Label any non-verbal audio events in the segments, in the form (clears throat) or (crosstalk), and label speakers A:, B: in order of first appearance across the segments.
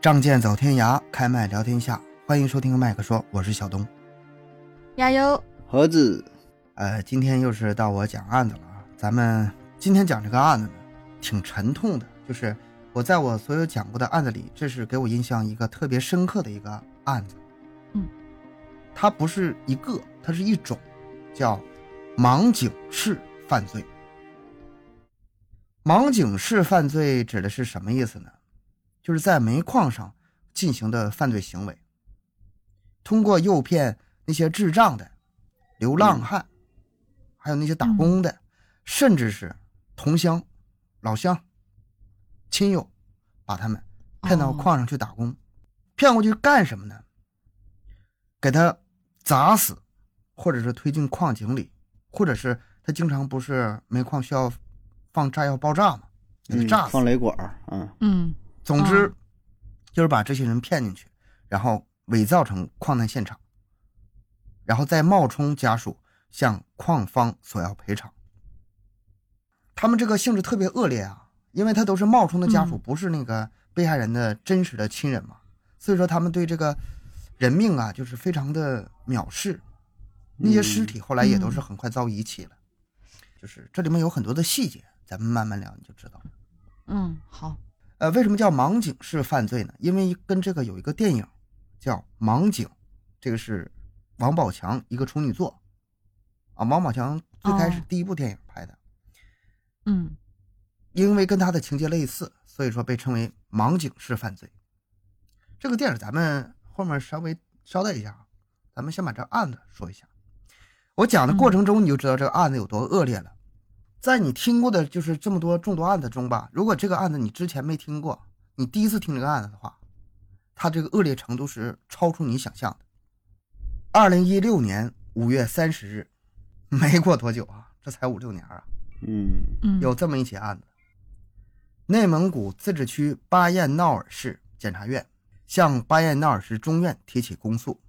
A: 仗剑走天涯，开麦聊天下。欢迎收听麦克说，我是小东。
B: 加油！
C: 盒子，
A: 呃，今天又是到我讲案子了啊。咱们今天讲这个案子呢，挺沉痛的，就是我在我所有讲过的案子里，这是给我印象一个特别深刻的一个案子。
B: 嗯，
A: 它不是一个，它是一种，叫盲井式犯罪。盲井式犯罪指的是什么意思呢？就是在煤矿上进行的犯罪行为，通过诱骗那些智障的、流浪汉，还有那些打工的，甚至是同乡、老乡、亲友，把他们骗到
B: 哦
A: 矿上去打工，骗过去干什么呢？给他砸死，或者是推进矿井里，或者是他经常不是煤矿需要放炸药爆炸嘛，给他
C: 嗯
A: 炸死。
C: 放雷管儿，嗯，
B: 嗯
A: 总之
B: 嗯，
A: 就是把这些人骗进去，然后伪造成矿难现场，然后再冒充家属向矿方索要赔偿。他们这个性质特别恶劣啊，因为他都是冒充的家属，
B: 嗯
A: 不是那个被害人的真实的亲人嘛，所以说他们对这个人命啊，就是非常的藐视。那些尸体后来也都
B: 嗯
A: 是很快遭遗弃了，就是这里面有很多的细节，咱们慢慢聊你就知道了。
B: 嗯，好，
A: 呃，为什么叫盲井式犯罪呢？因为跟这个有一个电影叫《盲井》，这个是王宝强一个处女作啊。王宝强最开始
B: 哦
A: 第一部电影拍的，
B: 嗯
A: 因为跟他的情节类似，所以说被称为盲井式犯罪。这个电影咱们后面稍微捎带一下啊，咱们先把这案子说一下。我讲的过程中你就知道这个案子有多恶劣了。在你听过的就是这么多众多案子中吧，如果这个案子你之前没听过，你第一次听这个案子的话，它这个恶劣程度是超出你想象的。二零一六年五月三十日，没过多久啊，这才五六年啊，
C: 嗯
B: 嗯，
A: 有这么一起案子：内蒙古自治区巴彦淖尔市检察院向巴彦淖尔市中院提起公诉，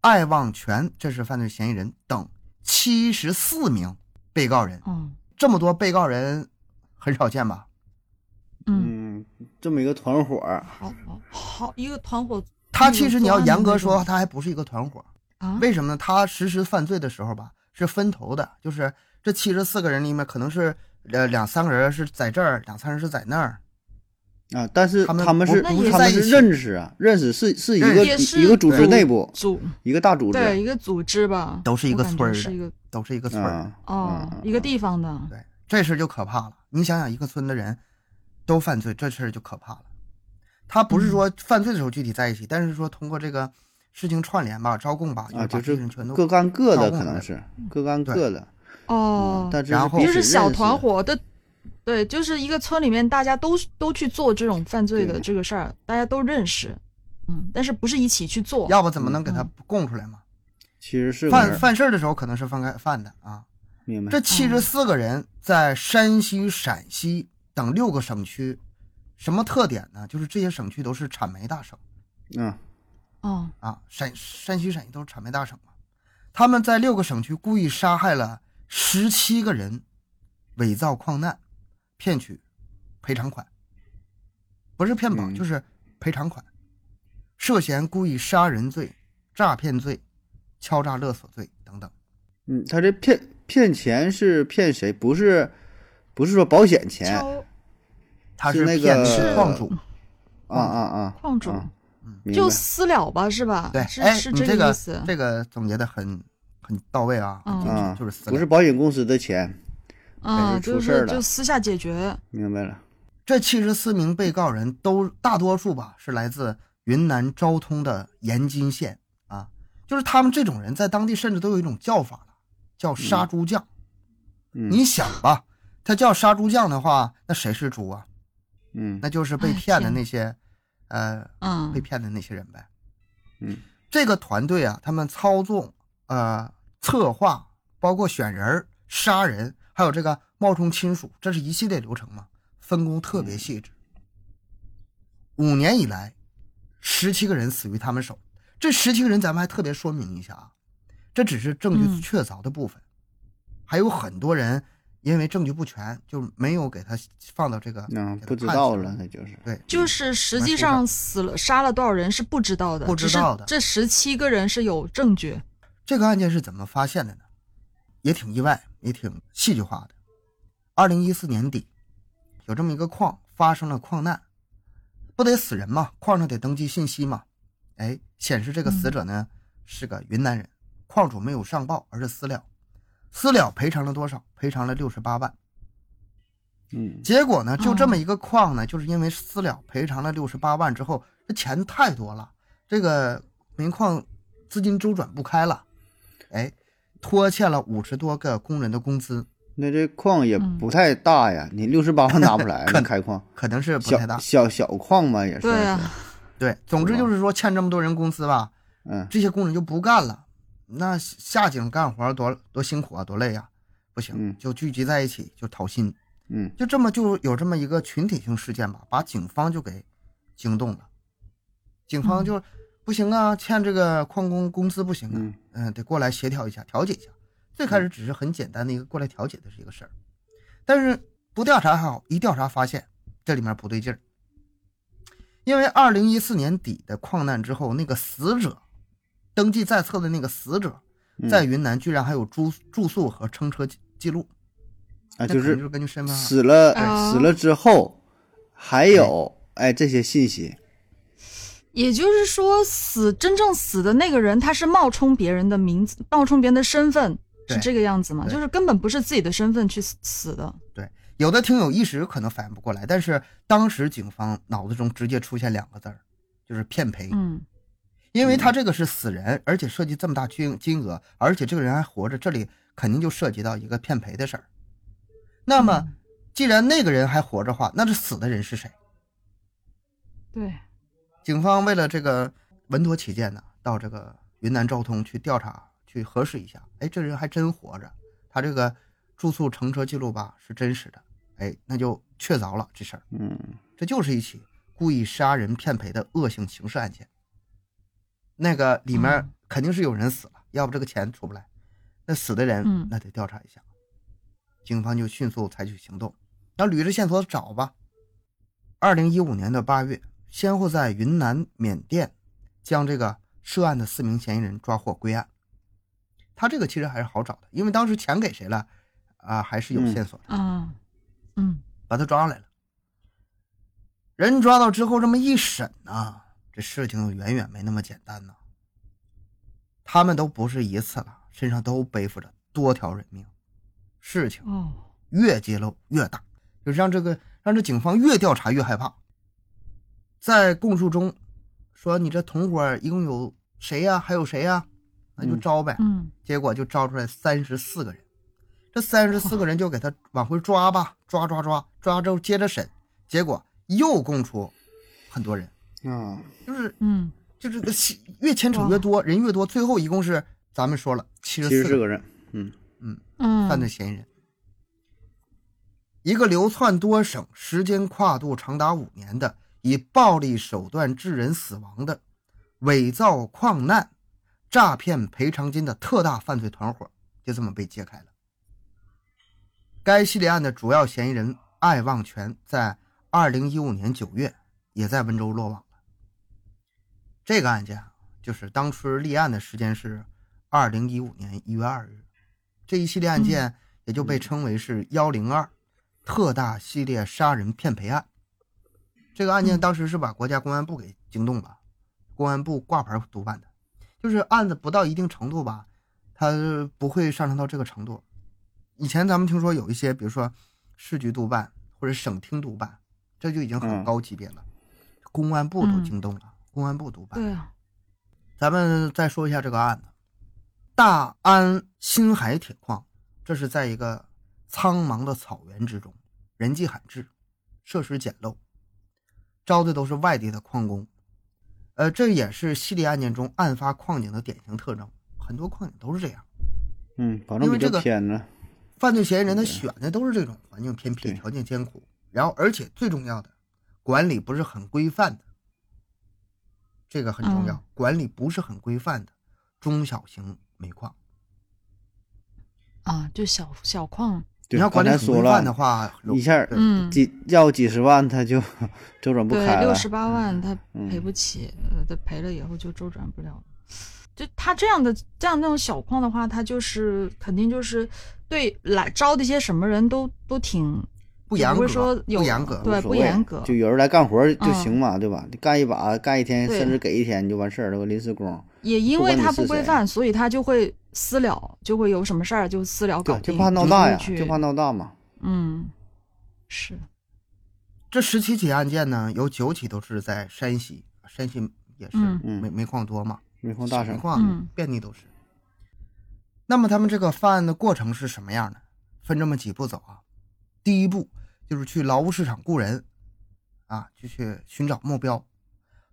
A: 艾望全这是犯罪嫌疑人等七十四名被告人，
B: 哦，
A: 这么多被告人很少见吧？
B: 嗯，
C: 嗯，这么一个团伙儿，
B: 好好好，一个团伙
A: 他其实你要严格
B: 作
A: 说，
B: 案
A: 他还不是一个团伙，
B: 啊，
A: 为什么呢？他实施犯罪的时候吧，是分头的，就是这七十四个人里面，可能是呃两三个人是在这儿，两三个人是在那儿，
C: 啊，但是
A: 他们
C: 们
A: 不
C: 是
B: 那也
C: 他
A: 在
C: 们
A: 一
C: 是
A: 起
C: 认识啊，认识是是一
A: 认
C: 个
B: 也是
C: 一个组织
B: 对
C: 内部，
B: 组
C: 一个大组织，
B: 对一个组织吧，
A: 都是一个
B: 我感觉
A: 村儿的
B: 是一个
A: 都是一个村儿的。
C: 啊，
B: 哦
C: 嗯
B: 一个地方的，
A: 对，这事儿就可怕了。你想想，一个村的人都犯罪，这事儿就可怕了。他不是说
C: 嗯
A: 犯罪的时候具体在一起，但是说通过这个事情串联吧、招供吧，
C: 啊，
A: 是把
C: 就
A: 这
C: 是
A: 些人全都
C: 各干各
A: 招
C: 的，
A: 供
C: 可
A: 了
C: 能是各干
A: 对
C: 各的，嗯
B: 哦，
C: 但这
A: 然后
C: 彼
B: 就是
C: 此
B: 小
C: 认识
B: 团，伙的，对，就是一个村里面大家都都去做这种犯罪的
C: 对
B: 这个事儿，大家都认识，嗯，但是不是一起去做，
A: 要不怎么能给他
C: 嗯
A: 供出来嘛？
C: 其实是
A: 犯犯事儿的时候可能是分开犯的啊。
C: 明白
A: 这，七十四个人在山西、陕西等六个省区，什么特点呢？就是这些省区都是产煤大省。
C: 嗯
B: 哦，
A: 啊，陕山西、陕西都是产煤大省嘛。他们在六个省区故意杀害了十七个人，伪造矿难，骗取赔偿款，不是骗保、
C: 嗯
A: 就是赔偿款，涉嫌故意杀人罪、诈骗罪、敲诈勒索罪等等。
C: 嗯，他这骗骗钱是骗谁？不是不是说保险钱啊
B: 敲
A: 他
C: 是
A: 是
C: 那
A: 骗
C: 个
A: 的矿主，
C: 啊啊，
B: 矿主
C: 啊
A: 嗯
C: 明
B: 就
C: 白
B: 私了吧，是吧？
A: 对，
B: 是
A: 哎，
B: 是
A: 你
B: 这
A: 这
B: 个意
A: 个
B: 思，
A: 这个总结的很很到位啊，
B: 嗯
C: 啊，
A: 就是私了
C: 不是保险公司的钱，
B: 嗯，
C: 就
B: 就是
C: 出事儿
B: 是
C: 了
B: 就私下解决，
C: 明白了。
A: 这七十四名被告人都大多数吧是来自云南昭通的盐津县啊，就是他们这种人在当地甚至都有一种叫法了，叫杀猪
B: 嗯
A: 匠。
C: 嗯
A: 你想吧，他叫杀猪匠的话，那谁是猪啊？
C: 嗯
A: 那就是被
B: 哎
A: 骗的
B: 天
A: 那些，呃，
B: 嗯
A: 被骗的那些人呗。
C: 嗯，
A: 这个团队啊，他们操纵、呃策划，包括选人儿、杀人，还有这个冒充亲属，这是一系列流程嘛，分工特
C: 嗯
A: 别细致。五年以来，十七个人死于他们手。这十七个人，咱们还特别说明一下啊，这只是证据
B: 嗯
A: 确凿的部分，还有很多人因为证据不全，就没有给他放到这个，
C: 嗯，
A: 给他
C: 不知
A: 判
C: 道
A: 刑
C: 了，那就是
A: 对，
B: 就是实
A: 蛮
B: 际
A: 复杂
B: 上死了杀了多少人是不知道的，
A: 不
B: 只
A: 知
B: 是
A: 道的
B: 这十七个人是有证据，
A: 这个案件是怎么发现的呢？也挺意外，也挺戏剧化的。二零一四年底，有这么一个矿发生了矿难，不得死人嘛？矿上得登记信息嘛？哎，显示这个死者呢、是个云南人，矿主没有上报，而是私了。私了赔偿了多少？赔偿了六十八万。
C: 嗯
A: 结果呢，就这么一个矿呢，就是因为私了赔偿了六十八万之后，这钱太多了，这个煤矿资金周转不开了，哎，拖欠了五十多个工人的工资，
C: 那这矿也
B: 嗯
C: 不太大呀，你六十八万拿
A: (laughs)
C: 不来，
A: 可
C: 你开矿
A: 可能是不太
C: 小
A: 大。
C: 小小矿嘛，也
B: 对
C: 算
B: 啊
C: 是，
A: 对，总之
C: 是吧
A: 就是说欠这么多人工资吧，
C: 嗯
A: 这些工人就不干了，那下井干活多多辛苦啊，多累呀、不行
C: 嗯，
A: 就聚集在一起就讨薪，
C: 嗯
A: 就这么就有这么一个群体性事件吧，把警方就给惊动了。警
C: 嗯
A: 方就、不行啊，欠这个矿工工资不行啊，嗯
C: 嗯、
A: 得过来协调一下，调解一下。最开始只是很简单的一个过来调解的这个事儿，但是不调查还好，一调查发现这里面不对劲儿。因为二零一四年底的矿难之后，那个死者登记在册的那个死者，
C: 嗯
A: 在云南居然还有住住宿和乘车记记录，
C: 啊，
A: 那
C: 就
A: 可能
C: 是
A: 就是根据身份号。
C: 死了
B: 啊
C: 死了之后，还有哎这些信息，
B: 也就是说死真正死的那个人他是冒充别人的名字，冒充别人的身份。
A: 对
B: 是这个样子吗？
A: 对
B: 就是根本不是自己的身份去死死的，
A: 有的听友一时可能反应不过来，但是当时警方脑子中直接出现两个字儿，就是骗赔。
B: 嗯，
A: 因为他这个是死人，而且涉及这么大金金额，而且这个人还活着，这里肯定就涉及到一个骗赔的事儿。那么，既然那个人还活着的话，那这死的人是谁？
B: 对，
A: 警方为了这个稳妥起见呢，到这个云南昭通去调查，去核实一下。哎，这人还真活着，他这个住宿乘车记录吧是真实的。哎，那就确凿了这事儿。
C: 嗯
A: 这就是一起故意杀人骗赔的恶性刑事案件。那个里面
B: 嗯
A: 肯定是有人死了，要不这个钱出不来。那死的人，
B: 嗯
A: 那得调查一下。警方就迅速采取行动，要捋着线索找吧。二零一五年的八月，先后在云南、缅甸将这个涉案的四名嫌疑人抓获归案。他这个其实还是好找的，因为当时钱给谁了，啊，还是有
C: 嗯
A: 线索的。
B: 啊，嗯，
A: 把他抓来了。人抓到之后，这么一审呐，这事情远远没那么简单呐。他们都不是一次了，身上都背负着多条人命，事情
B: 哦，
A: 越揭露越大，就让这个让这警方越调查越害怕。在供述中说，你这同伙一共有谁呀、还有谁呀、那就
C: 嗯
A: 招呗。
B: 嗯，
A: 结果就招出来三十四个人，这三十四个人就给他往回抓吧，抓抓抓抓之后接着审，结果又供出很多人，
C: 啊
A: 就是
B: 嗯，
A: 就是这戏越牵扯越多，人越多，最后一共是咱们说了七十
C: 七
A: 四
C: 十
A: 个
C: 四
A: 人
C: 个人，嗯
B: 嗯，
A: 犯罪嫌疑人，一个流窜多省、时间跨度长达五年的以暴力手段致人死亡的伪造矿难、诈骗赔偿金的特大犯罪团伙，就这么被揭开了。该系列案的主要嫌疑人艾望全在二零一五年九月也在温州落网了。这个案件啊就是当时立案的时间是二零一五年一月二日，这一系列案件也就被称为是幺零二特大系列杀人骗赔案。这个案件当时是把国家公安部给惊动了，公安部挂牌督办的，就是案子不到一定程度吧，它不会上升到这个程度。以前咱们听说有一些，比如说市局督办或者省厅督办，这就已经很
C: 嗯
A: 高级别了，公安部都
B: 嗯
A: 惊动了，公安部督办。
B: 对啊，
A: 咱们再说一下这个案子，大安新海铁矿，这是在一个苍茫的草原之中，人迹罕至，设施简陋，招的都是外地的矿工。呃，这也是系列案件中案发矿井的典型特征，很多矿井都是这样。
C: 嗯，保
A: 因
C: 证
A: 为
C: 比
A: 这
C: 较
A: 个
C: 偏呢，
A: 犯罪嫌疑人他选的都是这种环境偏僻、
C: 对
A: 条件艰苦，然后而且最重要的，管理不是很规范的，这个很重要，
B: 嗯
A: 管理不是很规范的中小型煤矿。
B: 啊，就小小矿，
A: 你要管理
C: 刚才
A: 很规
C: 说
A: 范的
C: 了，
A: 话，
C: 一下
A: 对
B: 嗯，
C: 几要几十万他就 (laughs) 周转不
B: 对，
C: 开
B: 六
C: 了。嗯
B: 十八万他赔不起，呃，他赔了以后就周转不了了。就他这样的这样那种小矿的话，他就是肯定就是对来招的一些什么人都都挺
A: 不严格，
B: 不会说有
A: 不严格，
B: 对
C: 无所
B: 呃不
C: 谓
B: 严格嗯
C: 就有人来干活儿就行嘛，对吧？你干一把，干一天，
B: 对
C: 甚至给一天，你就完事儿了，我临时工。
B: 也因
C: 不
B: 为
C: 管你
B: 他
C: 是
B: 不规
C: 谁
B: 范，所以他就会私了，就会有什么事儿就私了搞
C: 对，啊就
B: 定，
C: 怕闹
B: 不
C: 大
B: 会
C: 呀，
B: 去
C: 就怕闹大嘛。
B: 嗯，是
A: 这十七起案件呢，有九起都是在山西，山西也是
B: 嗯
A: 煤煤矿多嘛，
C: 煤矿大省
A: 煤，矿
B: 嗯
A: 遍地都是。那么他们这个犯案的过程是什么样的？分这么几步走啊。第一步就是去劳务市场雇人，啊，就去寻找目标。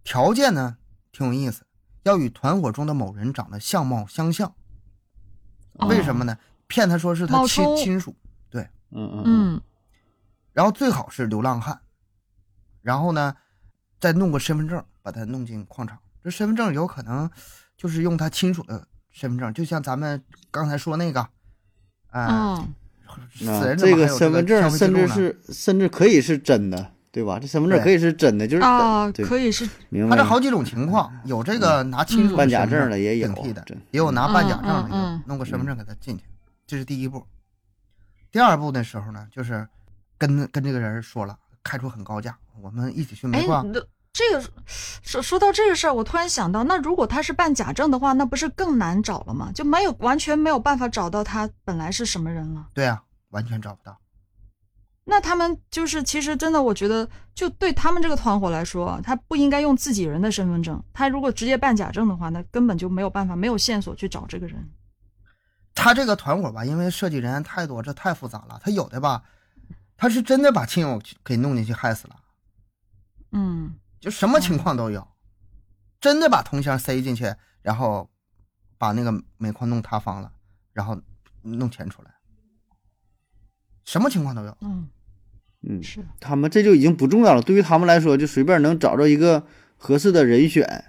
A: 条件呢挺有意思，要与团伙中的某人长得相貌相像。为什么呢？骗他说是他
B: 哦冒
A: 亲
B: 充
A: 亲属，
C: 嗯嗯嗯，
B: 嗯
A: 然后最好是流浪汉，然后呢，再弄个身份证把他弄进矿场。这身份证有可能就是用他亲属的身份证，就像咱们刚才说那个，
C: 哎
A: 啊、
B: 嗯
A: 死
C: 啊
A: 人怎
C: 这
A: 么还
C: 个
A: 有
C: 身份
A: 消费
C: 证
A: 记
C: 甚
A: 录
C: 至
A: 呢
C: 是甚至可以是真的，对吧？这身份证
A: 对
C: 可以是真的，就是
B: 啊，
C: 对
B: 可以是
C: 明白
A: 他
C: 了
A: 这好几种情
C: 嗯
A: 况，有这个拿亲属
B: 嗯
A: 的
C: 办假
A: 身份
C: 证的也有
A: 顶替的
C: 真，
A: 也有拿办假证的，
B: 嗯嗯
A: 也有
B: 嗯
A: 弄个身份证给他进去，这是第一步。第二步的时候呢，就是跟跟这个人说了，开出很高价，我们一起去
B: 哎
A: 煤矿，，
B: 那这个说说到这个事儿，我突然想到，那如果他是办假证的话，那不是更难找了吗？就没有完全没有办法找到他本来是什么人了。
A: 对啊，完全找不到。
B: 那他们就是，其实真的，我觉得，就对他们这个团伙来说啊，他不应该用自己人的身份证。他如果直接办假证的话，那根本就没有办法，没有线索去找这个人。
A: 他这个团伙吧，因为涉及人员太多，这太复杂了。他有的吧，他是真的把亲友去给弄进去害死了，
B: 嗯，
A: 就什么情况都有，真的把同乡塞进去，然后把那个煤矿弄塌方了，然后弄钱出来，什么情况都有。
B: 嗯，
C: 嗯，
B: 是，
C: 他们这就已经不重要了。对于他们来说，就随便能找着一个合适的人选，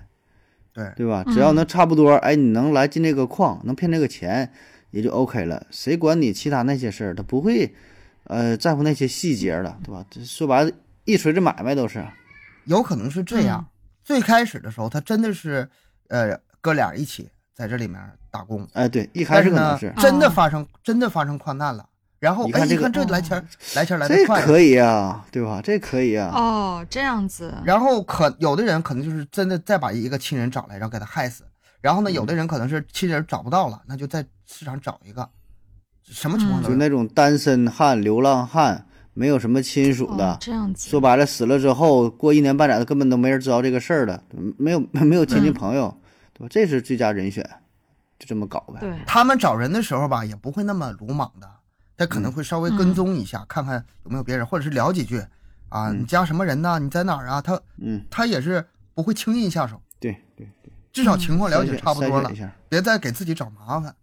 A: 对，
C: 对
B: 嗯
C: 吧？只要能差不多，哎，你能来进这个矿，能骗这个钱，也就 OK 了。谁管你其他那些事儿？他不会，呃，在乎那些细节了，对吧？这说白了，一锤子买卖都是。
A: 有可能是这样。
B: 嗯
A: 最开始的时候，他真的是呃哥俩一起在这里面打工，
C: 哎，对，一开
A: 但
C: 始
A: 是
C: 可能
A: 呢
C: 是，啊
A: 真的
B: 哦
A: 发生真的发生矿难了。然后
C: 你
A: 哎，
C: 看
A: 一
C: 这个
A: 看这来钱儿来钱儿来的
C: 这
A: 快啊，
C: 可以啊，对吧？这可以啊，
B: 哦，这样子，
A: 然后可有的人可能就是真的再把一个亲人找来，然后给他害死。然后呢，有的人可能是亲人找不到了，那就在市场找一个，什么情况都
C: 就
A: 有。
C: 那种单身汉、流浪汉，没有什么亲属的
B: 哦，，这样子，
C: 说白了，死了之后过一年半载的，根本都没人知道这个事儿了，没有 (laughs) 没有亲戚朋友，对吧？这是最佳人选，就这么搞呗。
B: 嗯对，
A: 他们找人的时候吧，也不会那么鲁莽的，他可能会稍微跟踪一下，看看有没有别人，或者是聊几句啊，你家什么人呢？你在哪儿啊？他
C: 嗯，
A: 他也是不会轻易下手，
C: 对对，
A: 至少情况了解
C: 筛选
A: 差不多
C: 筛选
A: 了
C: 一，下
A: 别再给自己找麻烦。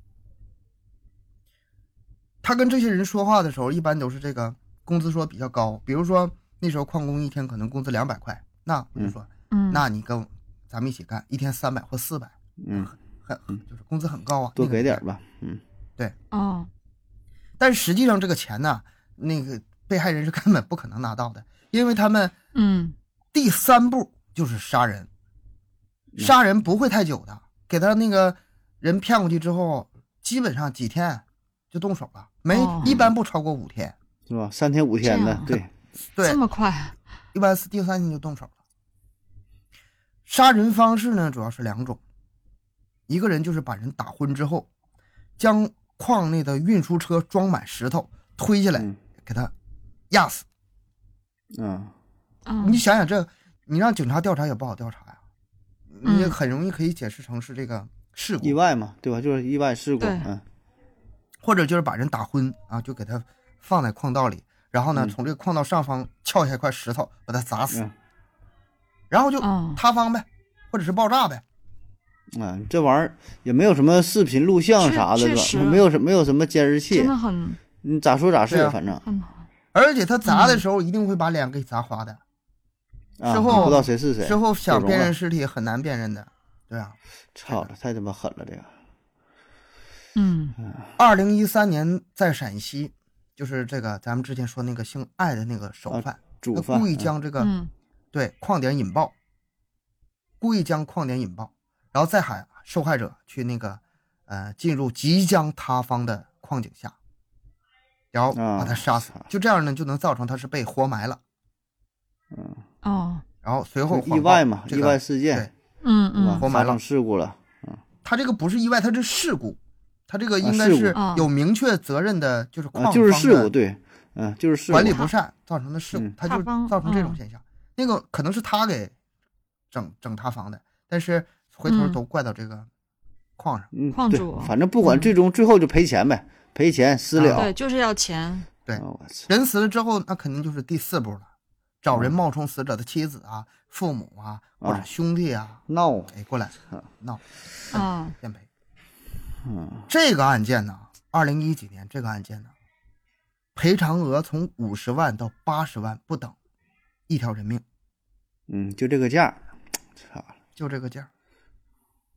A: 他跟这些人说话的时候，一般都是这个工资说比较高，比如说那时候矿工一天可能工资两百块，那我就说，
B: 嗯，
A: 那你跟我咱们一起干，一天三百或四百，
C: 嗯，
A: 很就是工资很高啊，
C: 多
A: 那个
C: 给点儿吧。嗯，
B: 哦，
A: 但实际上这个钱呢，那个被害人是根本不可能拿到的，因为他们
B: 嗯，
A: 第三步就是杀人，
B: 嗯
A: 杀人不会太久的，给他那个人骗过去之后，基本上几天就动手了，没、
B: 哦
A: 一般不超过五天，
C: 是吧？三天五天
B: 这
C: 的
A: 啊
B: 样，
C: 对，
A: 对
B: 这，么快，
A: 一般是第三天就动手了。杀人方式呢，主要是两种，一个人就是把人打昏之后，将矿内的运输车装满石头推下来，
C: 嗯
A: 给他压死。
C: 嗯，
B: 嗯
A: 你，想想这，你让警察调查也不好调查呀、你也
B: 嗯
A: 很容易可以解释成是这个事故
C: 意，外嘛，对吧？就是意外事故，
B: 对
C: 嗯，
A: 或者就是把人打昏啊，就给他放在矿道里，然后呢，
C: 嗯
A: 从这个矿道上方撬下一块石头把他砸死，
C: 嗯
A: 然后就
B: 哦
A: 塌方呗，或者是爆炸呗。
C: 啊，这玩意儿也没有什么视频录像
B: 确
C: 啥的，
B: 确
C: 是
B: 实
C: 吧？没有什没有什么监视器
B: 真，的很
C: 你咋说咋
A: 对
C: 是
A: 啊，
C: 反正
B: 很
A: 而且他砸
C: 嗯
A: 的时候一定会把脸给砸花的，
C: 啊，
A: 之后
C: 不知道谁是谁
A: 之。后想
C: 整容
A: 辨认
C: 了
A: 尸体很难辨认的。对啊，
C: 操了，太他妈狠了，这个
B: 嗯
A: 二零一三年在陕西就是这个咱们之前说那个姓艾的那个首犯，
C: 啊主
A: 他
C: 犯啊
A: 故意将这个、
B: 嗯
A: 对矿点引爆，故意将矿点引爆，然后再喊受害者去那个呃进入即将塌方的矿井下，然后把他杀死，
C: 啊
A: 就这样呢就能造成他是被活埋了，
B: 哦，
A: 然后随后
C: 就意
A: 谎报
C: 外嘛，
A: 这
C: 意
A: 个
C: 外事件
A: 对，
B: 嗯
C: 对吧
B: 嗯
A: 活埋
C: 发
A: 了
C: 生事故了，
A: 他这个不是意外，他是事故，他这个应该
C: 事故
A: 是
B: 啊
A: 有明确责任的，就是矿
C: 啊，
A: 方
C: 就是事故，
A: 的
C: 对，嗯，就是事故
A: 管，理不善造成的事故
C: 嗯，
A: 他
B: 塌
A: 就
B: 方
A: 造成这种
B: 嗯
A: 现象。那个可能是他给整整塌房的，但是回头
B: 嗯
A: 都怪到这个矿上。
C: 嗯，
B: 矿
C: 对
B: 主，
C: 反正不管最终最后就赔钱呗，赔钱
A: 啊
C: 私了，
B: 对，就是要钱，
A: 对
C: 啊，我操，
A: 人死了之后，那肯定就是第四步了，找人冒充死者的妻子啊、父母啊或者
C: 嗯啊
A: 兄弟啊，
C: 闹，
A: 哎过来闹
B: 啊
A: 认赔。
C: 嗯，
A: 这个案件呢，二零一几年这个案件呢，赔偿额从五十万到八十万不等，一条人命
C: 嗯，就这个价儿，操了，
A: 就这个价儿。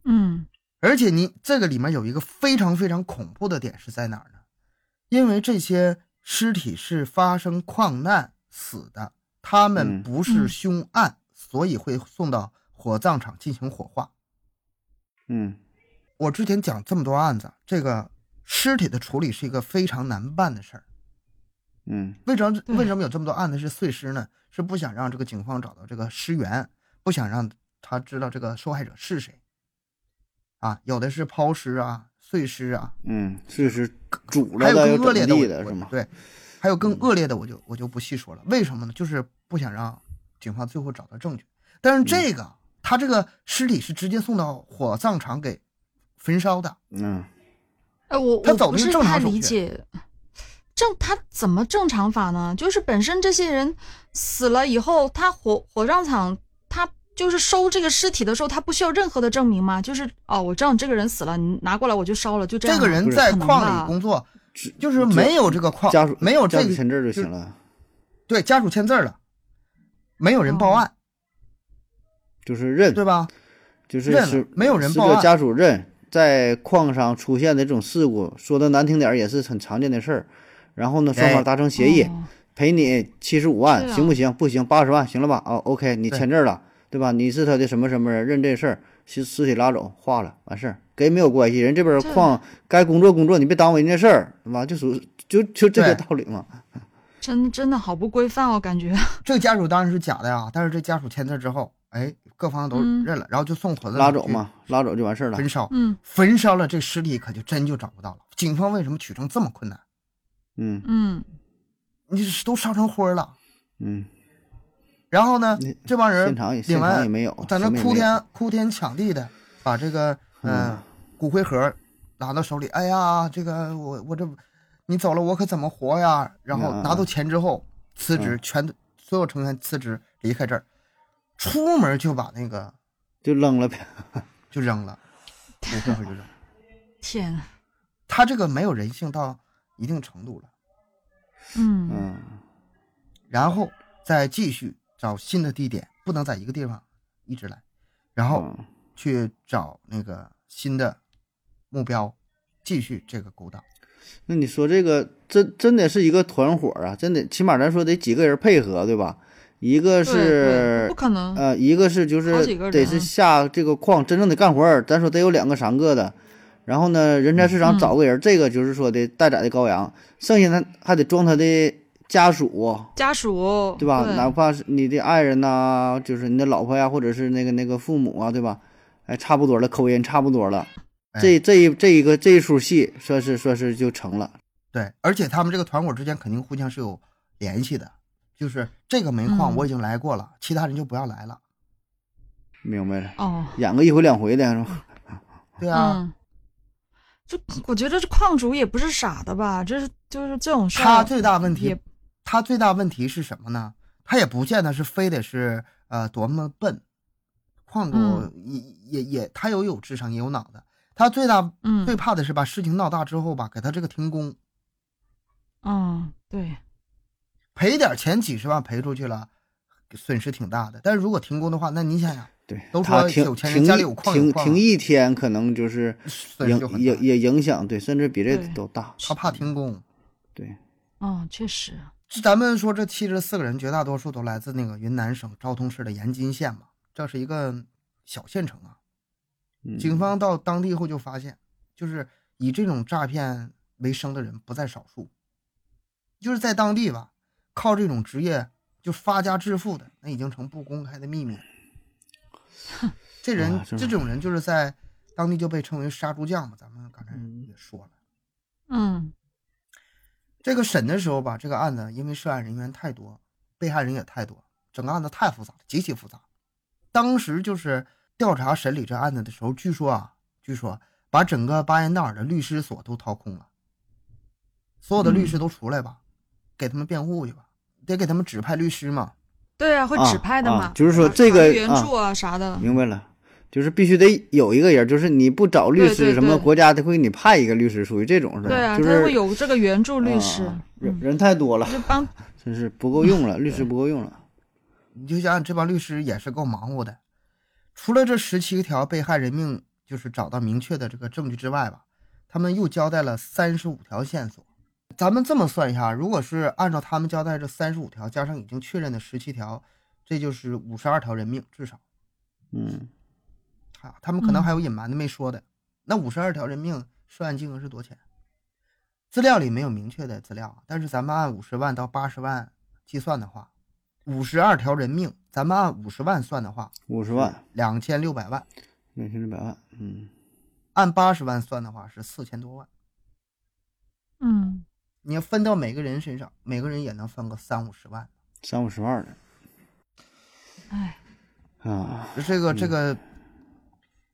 B: 嗯
A: 而且你这个里面有一个非常非常恐怖的点是在哪儿呢？因为这些尸体是发生矿难死的，他们
C: 嗯
A: 不是凶案，所以会送到火葬场进行火化。
C: 嗯，
A: 我之前讲这么多案子，这个尸体的处理是一个非常难办的事儿。
C: 嗯，
A: 为什么
B: 对
A: 为什么有这么多案子是碎尸呢？是不想让这个警方找到这个尸源，不想让他知道这个受害者是谁。啊，有的是抛尸啊、碎尸啊，
C: 嗯，这是煮
A: 还
C: 了
A: 有
C: 的，要
A: 更恶
C: 整
A: 劣的
C: 地
A: 我
C: 的
A: 我
C: 是吗？
A: 对，还有更恶劣的，我就我就不细说了。为什么呢？就是不想让警方最后找到证据。但
C: 嗯
A: 是这个，他这个尸体是直接送到火葬场给焚烧的，
C: 嗯，
B: 哎，我
A: 他
B: 我
A: 走
B: 不
A: 的是
B: 是
A: 正常
B: 太
A: 手
B: 理
A: 续
B: 解，正他怎么正常法呢？就是本身这些人死了以后，他火火葬场他就是收这个尸体的时候，他不需要任何的证明吗？就是哦，我知道你这个人死了，你拿过来我就烧了，就这样
A: 这
B: 啊。
A: 个人
B: 不
A: 在
B: 可啊能
A: 矿里
B: 吧哦
A: 工作，
C: 只
A: 就是没有这个矿
C: 家属，
A: 哦没有
C: 家
A: 这
C: 属
A: 个
C: 签字儿就
A: 就
C: 行了，
A: 对家属签字儿了，没有人报
B: 哦
A: 案，
C: 就是认，
A: 对吧？
C: 就是
A: 认了
C: 是
A: 没有人
C: 死
A: 报
C: 者
A: 案
C: 家属认，在矿上出现的这种事故，说的难听点儿也是很常见的事儿。然后呢，双
A: 哎
C: 方达成协议，
B: 哦
C: 赔你七十五万，
B: 对啊
C: 行不行？不行，八十万，行了吧？哦，OK，你
A: 对
C: 签字儿了，对吧？你是他的什么什么人，认这事儿，尸尸体拉走，化了，完事儿，跟没有关系。人这边儿
B: 这
C: 矿该工作工作，你别耽误人家事儿，对吧？就属就就这个道理嘛。
B: 真真的好不规范哦，感觉。
A: 这个家属当然是假的呀，但是这家属签字之后，哎，各方都
B: 嗯
A: 认了，然后就送火葬
C: 拉
A: 场
C: 走
A: 去
C: 嘛，拉走就完事儿了。
A: 焚烧。
B: 嗯
A: 焚烧了这尸体，可就真就找不到了。警方为什么取证这么困难？
C: 嗯
B: 嗯，
A: 你是都烧成灰儿了，
C: 嗯，
A: 然后呢
C: 那，
A: 这帮人
C: 现场也
A: 领
C: 现场也
A: 完，
C: 没有，
A: 在那
C: 什么也
A: 哭
C: 没有
A: 天哭天抢地的，把这个嗯、
C: 嗯
A: 骨灰盒拿到手里，哎呀，这个我我这你走了我可怎么活呀？然后
C: 嗯嗯嗯
A: 拿到钱之后辞职，
C: 嗯
A: 全所有成员辞职离开这儿，出门就把那个
C: 就扔了呗。
A: 就扔了，我 (laughs) 这会儿
C: (laughs)
A: 就扔了。
B: 天啊，
A: 他这个没有人性到一定程度了。
B: 嗯
C: 嗯
A: 然后再继续找新的地点，不能在一个地方一直来，然后
C: 嗯
A: 去找那个新的目标，继续这个勾当。
C: 那你说这个真真的是一个团伙啊，真的，起码咱说得几个人配合，对吧？一个
B: 对对
C: 是
B: 不可能。
C: 呃，一个是就
B: 好
C: 是
B: 几个人啊
C: 得是下这个矿真正得干活儿，咱说得有两个三个的。然后呢，人才市场
B: 嗯
C: 找个人，这个就是说的待宰的羔羊，剩下他还得装他的家属，
B: 家属
C: 对吧？哪怕是你的爱人呐、就是你的老婆呀，或者是那个那个父母啊，对吧？哎，差不多了，口音差不多了，
A: 哎
C: 这这一这一个这一出戏，算是算是就成了。
A: 对，而且他们这个团伙之间肯定互相是有联系的，就是这个煤矿
B: 嗯
A: 我已经来过了，其他人就不要来了。
C: 明白了，
B: 哦，
C: 演个一回两回的是
A: 嗯
C: 吧？
A: 对啊，
B: 嗯，就我觉得这矿主也不是傻的吧，这是就是这种事儿，
A: 他最大问题
B: 也，
A: 他最大问题是什么呢？他也不见得是非得是呃多么笨，矿主
B: 嗯
A: 也、也也他有有智商也有脑子，他最大
B: 嗯
A: 最怕的是把事情闹大之后吧，给他这个停工，
B: 嗯对，
A: 赔点钱几十万赔出去了，损失挺大的。但是如果停工的话，那你想想，
C: 对
A: 都，
C: 他
A: 说
C: 停
A: 有钱人
C: 停
A: 家
C: 一
A: 里有矿有
C: 停
A: 矿
C: 停
A: 啊
C: 一天，可能就是
A: 损失就
C: 影
A: 很大
C: 也。也影响，对，甚至比这
B: 对
C: 都大。
A: 他怕停工，
C: 对，
B: 嗯，确实，
A: 这咱们说这七十四个人，绝大多数都来自那个云南省昭通市的盐津县嘛，这是一个小县城啊。
C: 嗯
A: 警方到当地后就发现，就是以这种诈骗为生的人不在少数，就是在当地吧，靠这种职业就发家致富的，那已经成不公开的秘密了。
C: (laughs)
A: 这人、
C: 啊这
A: 这种人就是在当地就被称为杀猪匠嘛，咱们刚才也说了。
B: 嗯
A: 这个审的时候吧，这个案子因为涉案人员太多，被害人也太多，整个案子太复杂了，极其复杂。当时就是调查审理这案子的时候，据说啊，据说把整个巴彦淖尔的律师所都掏空了，所有的律师都出来吧，给他们辩护去吧，得给他们指派律师嘛。
B: 对啊，会
C: 啊
B: 指派的
C: 啊
B: 嘛，
C: 就是说
B: 法
C: 这个
B: 律援
C: 啊
B: 助啊啥的，
C: 明白了，就是必须得有一个人，就是你不找律
B: 对
C: 师，
B: 对
C: 什么
B: 对
C: 国家他会给你派一个律师，属于这种是吧？
B: 对啊，
C: 就是
B: 他会有这个援助律师，嗯
C: 啊人人太多了，
B: 就帮
C: 真是不
A: (laughs)
C: 够用了，律师不够用了。
A: 你就想想这帮律师也是够忙活的。除了这十七条被害人命就是找到明确的这个证据之外吧，他们又交代了三十五条线索。咱们这么算一下，如果是按照他们交代这三十五条，加上已经确认的十七条，这就是五十二条人命至少。
C: 嗯，
A: 他啊他们可能还有隐瞒的没说的。那五十二条人命涉案金额是多少钱？资料里没有明确的资料啊，但是咱们按五十万到八十万计算的话，五十二条人命，咱们按五十万算的话，
C: 五十万，
A: 两千六百万；
C: 两千六百万，嗯，
A: 按八十万算的话是四千多万。
B: 嗯
A: 你要分到每个人身上，每个人也能分个三五十万。
C: 三五十万
B: 哎，
C: 的啊，
A: 这个这个，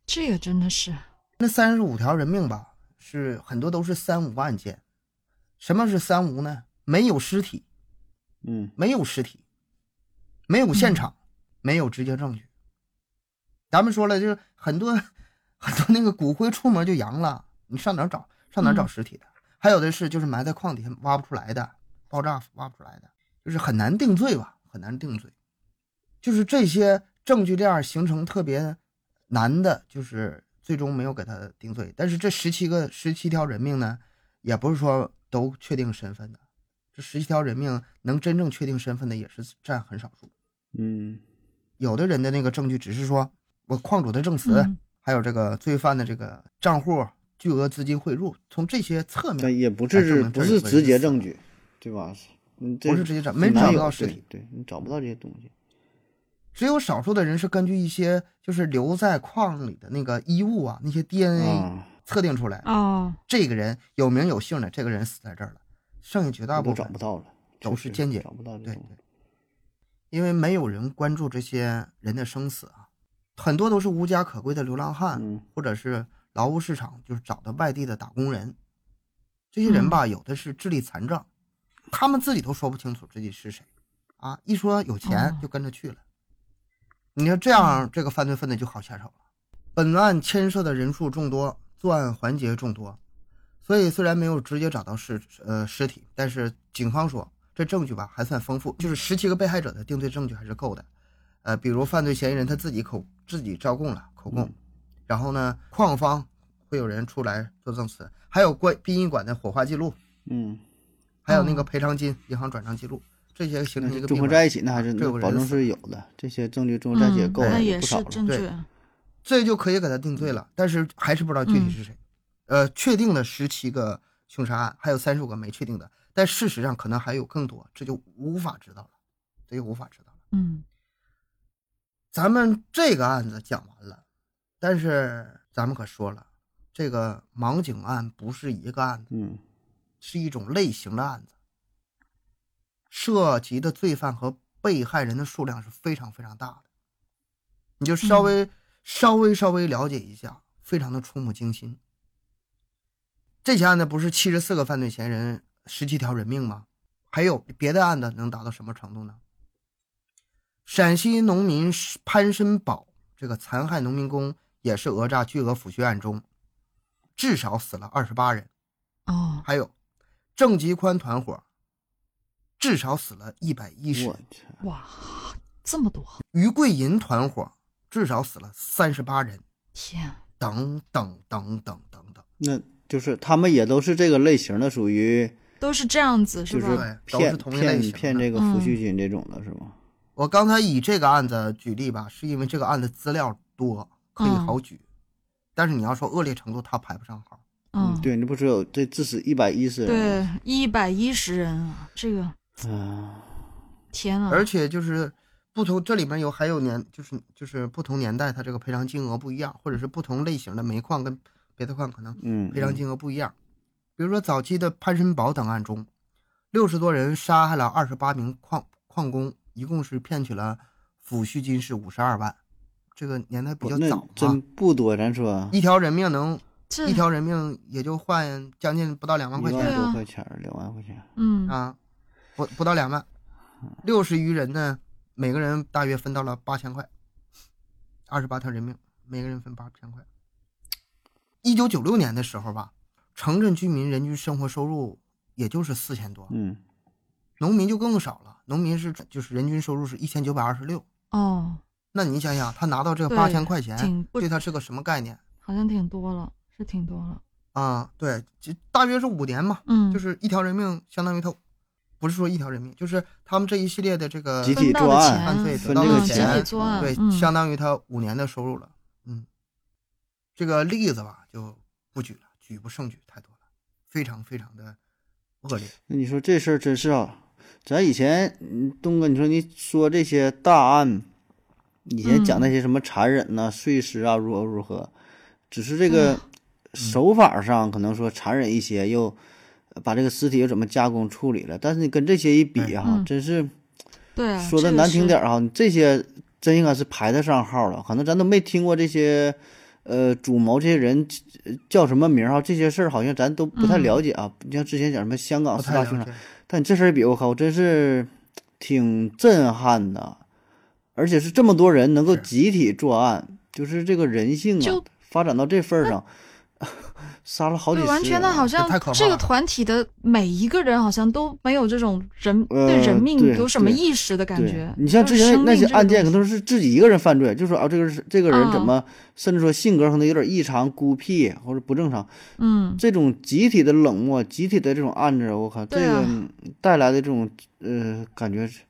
B: 这个真的是，
A: 那三十五条人命吧，是很多都是三无案件。什么是三无呢？没有尸体，
C: 嗯
A: 没有尸体，没有现场，没有直接证据。咱们说了，就是很多很多那个骨灰出门就扬了，你上哪儿找？上哪儿找
B: 嗯
A: 尸体的？还有的是就是埋在矿底下挖不出来的，爆炸挖不出来的，就是很难定罪吧，很难定罪。就是这些证据链儿形成特别难的，就是最终没有给他定罪。但是这十七个十七条人命呢，也不是说都确定身份的，这十七条人命能真正确定身份的也是占很少数。
C: 嗯
A: 有的人的那个证据只是说我矿主的证词，
B: 嗯
A: 还有这个罪犯的这个账户、巨额资金汇入，从这些侧面
C: 但也不是
A: 哎证明这
C: 不
A: 儿
C: 是
A: 有个
C: 直接
A: 人
C: 证据，对吧？嗯，这
A: 不是直接证
C: 很
A: 没
C: 难
A: 找
C: 有
A: 到实体
C: 对，对你找不到这些东西。
A: 只有少数的人是根据一些就是留在矿里的那个衣物啊，那些 DNA
C: 啊
A: 测定出来，
B: 哦，
A: 这个人有名有姓的，这个人死在这儿了，剩下绝大部
C: 都
A: 分
C: 找不到了，
A: 都
C: 确
A: 是
C: 实
A: 间接
C: 找不到这
A: 对
C: 东
A: 对
C: 西。，
A: 因为没有人关注这些人的生死啊，很多都是无家可归的流浪汉，
C: 嗯
A: 或者是劳务市场就是找的外地的打工人。这些人吧，有的是智力残障，他们自己都说不清楚自己是谁，啊，一说有钱
B: 哦
A: 就跟着去了。你看这
C: 嗯
A: 样，这个犯罪分子就好下手了。本案牵涉的人数众多，作案环节众多，所以虽然没有直接找到尸呃尸体，但是警方说这证据吧还算丰富，就是十七个被害者的定罪证据还是够的。呃，比如犯罪嫌疑人他自己口自己招供了口供，
C: 嗯
A: 然后呢，矿方会有人出来做证词，还有关殡仪馆的火化记录，
C: 嗯，嗯
A: 还有那
B: 哦
A: 个赔偿金、银行转账记录，这些形
C: 那
A: 成一
C: 是
A: 个
C: 综
A: 闭
C: 合
A: 环
C: 在一起，那还是
A: 这有
C: 那
A: 人
C: 保证
A: 死
C: 是有的。这些证据综合在一起也
B: 嗯，
C: 够
B: 那
C: 了，
B: 也
C: 不少
B: 是
C: 了。
B: 证
A: 对
B: 据，
A: 这就可以给他定罪了，但是还是不知道具体是谁。呃，确定了十七个凶杀案，还有三十五个没确定的，但事实上可能还有更多，这就无法知道了，这就无法知道了。
B: 嗯
A: 咱们这个案子讲完了，但是咱们可说了，这个盲井案不是一个案子，
C: 嗯
A: 是一种类型的案子，涉及的罪犯和被害人的数量是非常非常大的。你就稍微、稍微稍微了解一下，非常的触目惊心。这起案子不是七十四个犯罪嫌疑人，十七条人命吗？还有别的案子能达到什么程度呢？陕西农民潘申宝这个残害农民工也是讹诈巨额抚恤案中，至少死了二十八人。
B: 哦，
A: 还有郑吉宽团伙至少死了一百一十
C: 我，去，
B: 哇，这么多，
A: 于桂银团伙至少死了三十八人，
B: 天，
A: 等等等等等等，
C: 那就是他们也都是这个类型的，属于
B: 都是这样子是嗯吧？
C: 就
A: 对都
C: 骗
A: 是同一类
C: 骗
A: 型的
C: 骗这个抚恤金这种的是吗？
A: 我刚才以这个案子举例吧，是因为这个案子资料多，可以好举。但是你要说恶劣程度，他排不上号。
B: 嗯，
C: 对，你不是有这致死一百一十人
B: 对，一百一十人啊，这个
C: 吗？啊，
B: 天啊！
A: 而且就是不同，这里面有还有年，就是就是不同年代，它这个赔偿金额不一样，或者是不同类型的煤矿跟别的矿可能
C: 嗯，
A: 赔偿金额不一样。比如说早期的潘森宝等案中，六十多人杀害了二十八名矿矿工，一共是骗取了抚恤金是五十二万，这个年代比
C: 不
A: 较
C: 那
A: 早啊
C: 真，不多，咱说
A: 一条人命能
B: 这
A: 一条人命也就换将近不到两万块
C: 一
A: 钱
B: 对啊
C: 多块钱儿，两万块钱儿，
B: 嗯
A: 啊，不不到两万，六十余人呢，每个人大约分到了八千块，二十八条人命，每个人分八千块。一九九六年的时候吧，城镇居民人均生活收入也就是四千多，
C: 嗯，
A: 农民就更少了，农民是就是人均收入是一千九百二十六。
B: 哦，
A: 那你想想，他拿到这
B: 对
A: 八千块钱，
B: 挺不
A: 对他是个什么概念
B: 好像挺多了，是挺多了。
A: 啊？对，就大约是五年嘛，
B: 嗯，
A: 就是一条人命相当于他，不是说一条人命，就是他们这一系列的这个
C: 集体
B: 分到
C: 作
B: 的
C: 案
B: 钱
A: 犯罪得
C: 分
A: 到
C: 这
A: 的
C: 个
B: 嗯
A: 钱
B: 集体作案，
A: 对，
B: 嗯
A: 相当于他五年的收入了。嗯，这个例子吧就不举了，举不胜举太多了，非常非常的恶劣。
C: 那你说这事儿真是啊，咱以前，嗯东哥，你说你说这些大案，以前讲
B: 嗯
C: 那些什么残忍呐、碎尸啊，如何如何，只是这
B: 嗯
C: 个手法上可能说残忍一些，又把这个尸体又怎么加工处理了，但是你跟这些一比哈、
B: 嗯
C: 真是
B: 对啊，
C: 说的
B: 这个
C: 难听
B: 是
C: 点儿哈，你这些真应该是排得上号了，可能咱都没听过这些。呃，主谋这些人呃叫什么名儿哈？这些事儿好像咱都不
B: 嗯
C: 太了解啊。你像之前讲什么香港
A: 不
C: 四
A: 太
C: 大
A: 了
C: 凶杀
A: 解，
C: 但你这事儿比我靠，真是挺震撼的，而且是这么多人能够
A: 是
C: 集体作案，就是这个人性啊
B: 就，
C: 发展到这份儿上， (laughs) 杀了好几
B: 对，
C: 十
B: 完全
C: 人
B: 的
C: 啊
B: 好像
A: 太可怕
B: 这个
A: 了
B: 团体的每一个人好像都没有这种人、对人
C: 呃
B: 命
C: 对
B: 有什么
C: 对
B: 意识的感
C: 对
B: 觉。
C: 你像
B: 就
C: 之
B: 是
C: 前
B: 生
C: 那
B: 命
C: 些
B: 这个
C: 案
B: 东
C: 件，可
B: 西
C: 能是自己一个人犯罪，就说啊，这个人这个人怎
B: 啊
C: 么，甚至说性格可能有点异常、孤僻或者不正常，
B: 嗯，
C: 这种集体的冷漠、集体的这种案子，我靠，这
B: 对
C: 个
B: 啊
C: 嗯带来的这种呃感觉是，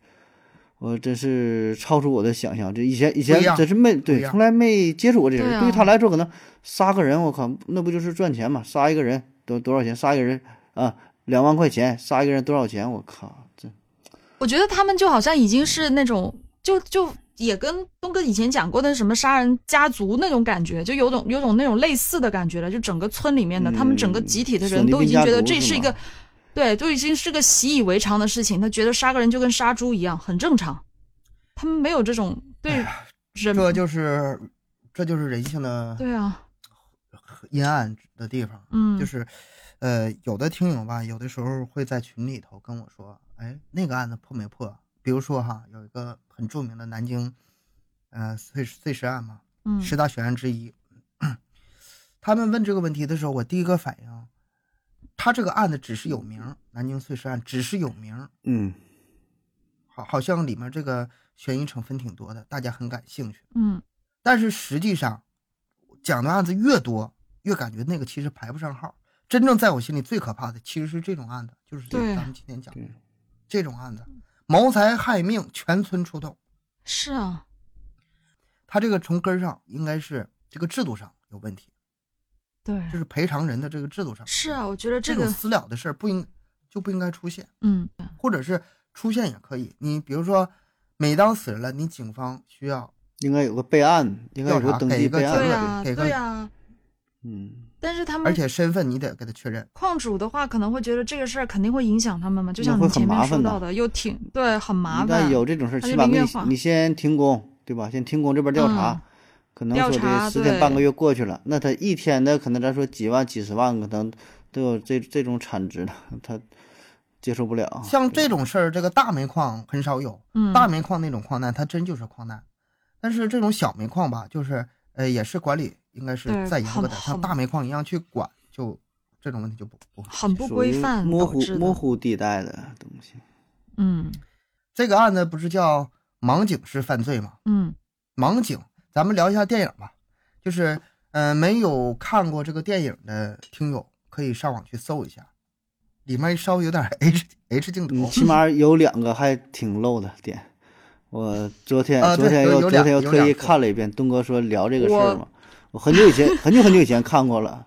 C: 我真是超出我的想象。这以前以前
A: 不一样
C: 真是没
A: 不
C: 对，
A: 一样
C: 从来没接触过这人。
B: 对啊
C: 对于他来说，可能杀个人，我靠，那不就是赚钱嘛？杀一个人多多少钱？杀一个人啊，两万块钱，杀一个人多少钱？我靠，这
B: 我觉得他们就好像已经是那种，就就也跟东哥以前讲过的什么杀人家族那种感觉，就有种有种那种类似的感觉了。就整个村里面的，他们整个
C: 嗯
B: 集体的
C: 兄
B: 人
C: 弟
B: 都已
C: 兵
B: 经
C: 家
B: 觉得
C: 族
B: 这
C: 是
B: 是一
C: 吗
B: 个，对，都已经是个习以为常的事情。他觉得杀个人就跟杀猪一样，很正常。他们没有这种对人，
A: 哎这就是这就是人性的
B: 对啊，
A: 阴暗的地方。
B: 嗯，
A: 就是，呃，有的听友吧，有的时候会在群里头跟我说，哎，那个案子破没破？比如说哈，有一个很著名的南京，呃，碎碎尸案嘛，
B: 嗯，
A: 十大悬案之一。他们问这个问题的时候，我第一个反应，他这个案子只是有名儿，南京碎尸案只是有名儿，
C: 嗯，
A: 好，好像里面这个悬疑成分挺多的，大家很感兴趣。
B: 嗯，
A: 但是实际上，讲的案子越多，越感觉那个其实排不上号。真正在我心里最可怕的其实是这种案子，就是这
B: 对
A: 咱们今天讲的
C: 对
A: 这种案子，谋财害命，全村出动。
B: 是啊，
A: 他这个从根儿上应该是这个制度上有问题，
B: 对，
A: 就是赔偿人的这个制度上。
B: 是啊，，我觉得
A: 这
B: 这
A: 种
B: 个，
A: 私了的事儿不应就不应该出现，
B: 嗯，
A: 或者是出现也可以。你比如说，每当死人了，你警方需要
C: 应该有个备案，应该有
A: 调查
C: 登
A: 给
C: 记
A: 一个
C: 备
A: 结
B: 对
A: 论
C: 案，
B: 啊，
A: 给个
B: 对啊，
C: 嗯，
B: 但是他们
A: 而且身份你得给他确认。
B: 矿主的话，可能会觉得这个事儿肯定会影响他们嘛，就像
C: 那会
B: 你
C: 很
B: 前
C: 麻
B: 面
C: 烦
B: 说
C: 的
B: 到的，又挺对，很麻
C: 一旦
B: 烦。
C: 有这种事儿，
B: 他
C: 起
B: 就
C: 码
B: 宁
C: 你
B: 愿晃
C: 你先停工，对吧？先停工这边调查，
B: 嗯
C: 可能
B: 调
C: 说
B: 查
C: 这十天
B: 对
C: 半个月过去了，那他一天的可能咱说几万、几十万，可能都有这这种产值了， (laughs) 他接受不了。
A: 像这种事儿，这个大煤矿很少有，
B: 哦嗯
A: 大煤矿那种矿难，它真就是矿难。但是这种小煤矿吧，就是呃，也是管理应该是
B: 对
A: 再严格
B: 很
A: 点，像
B: 很
A: 大煤矿一样去管，就这种问题就不不会。
B: 很不
C: 属于
B: 规范
C: 模
B: 导
C: 糊
B: 致的
C: 模糊地带的东西。
B: 嗯
A: 这个案子不是叫盲井式犯罪吗？
B: 嗯
A: 盲井，咱们聊一下电影吧。就是，呃嗯、没有看过这个电影的听友可以上网去搜一下，里面稍微有点 H H 镜
C: 嗯，
A: 头，
C: 起码有两个还挺漏的点。我昨天、
A: 啊对
C: 昨天
A: 有
C: 又
A: 有
C: 昨
A: 两
C: 天又
A: 有
C: 特意
A: 两个
C: 看了一遍，东哥说聊这个事儿
B: 我
C: 嘛，我很久以前 (laughs) 很久很久以前看过了，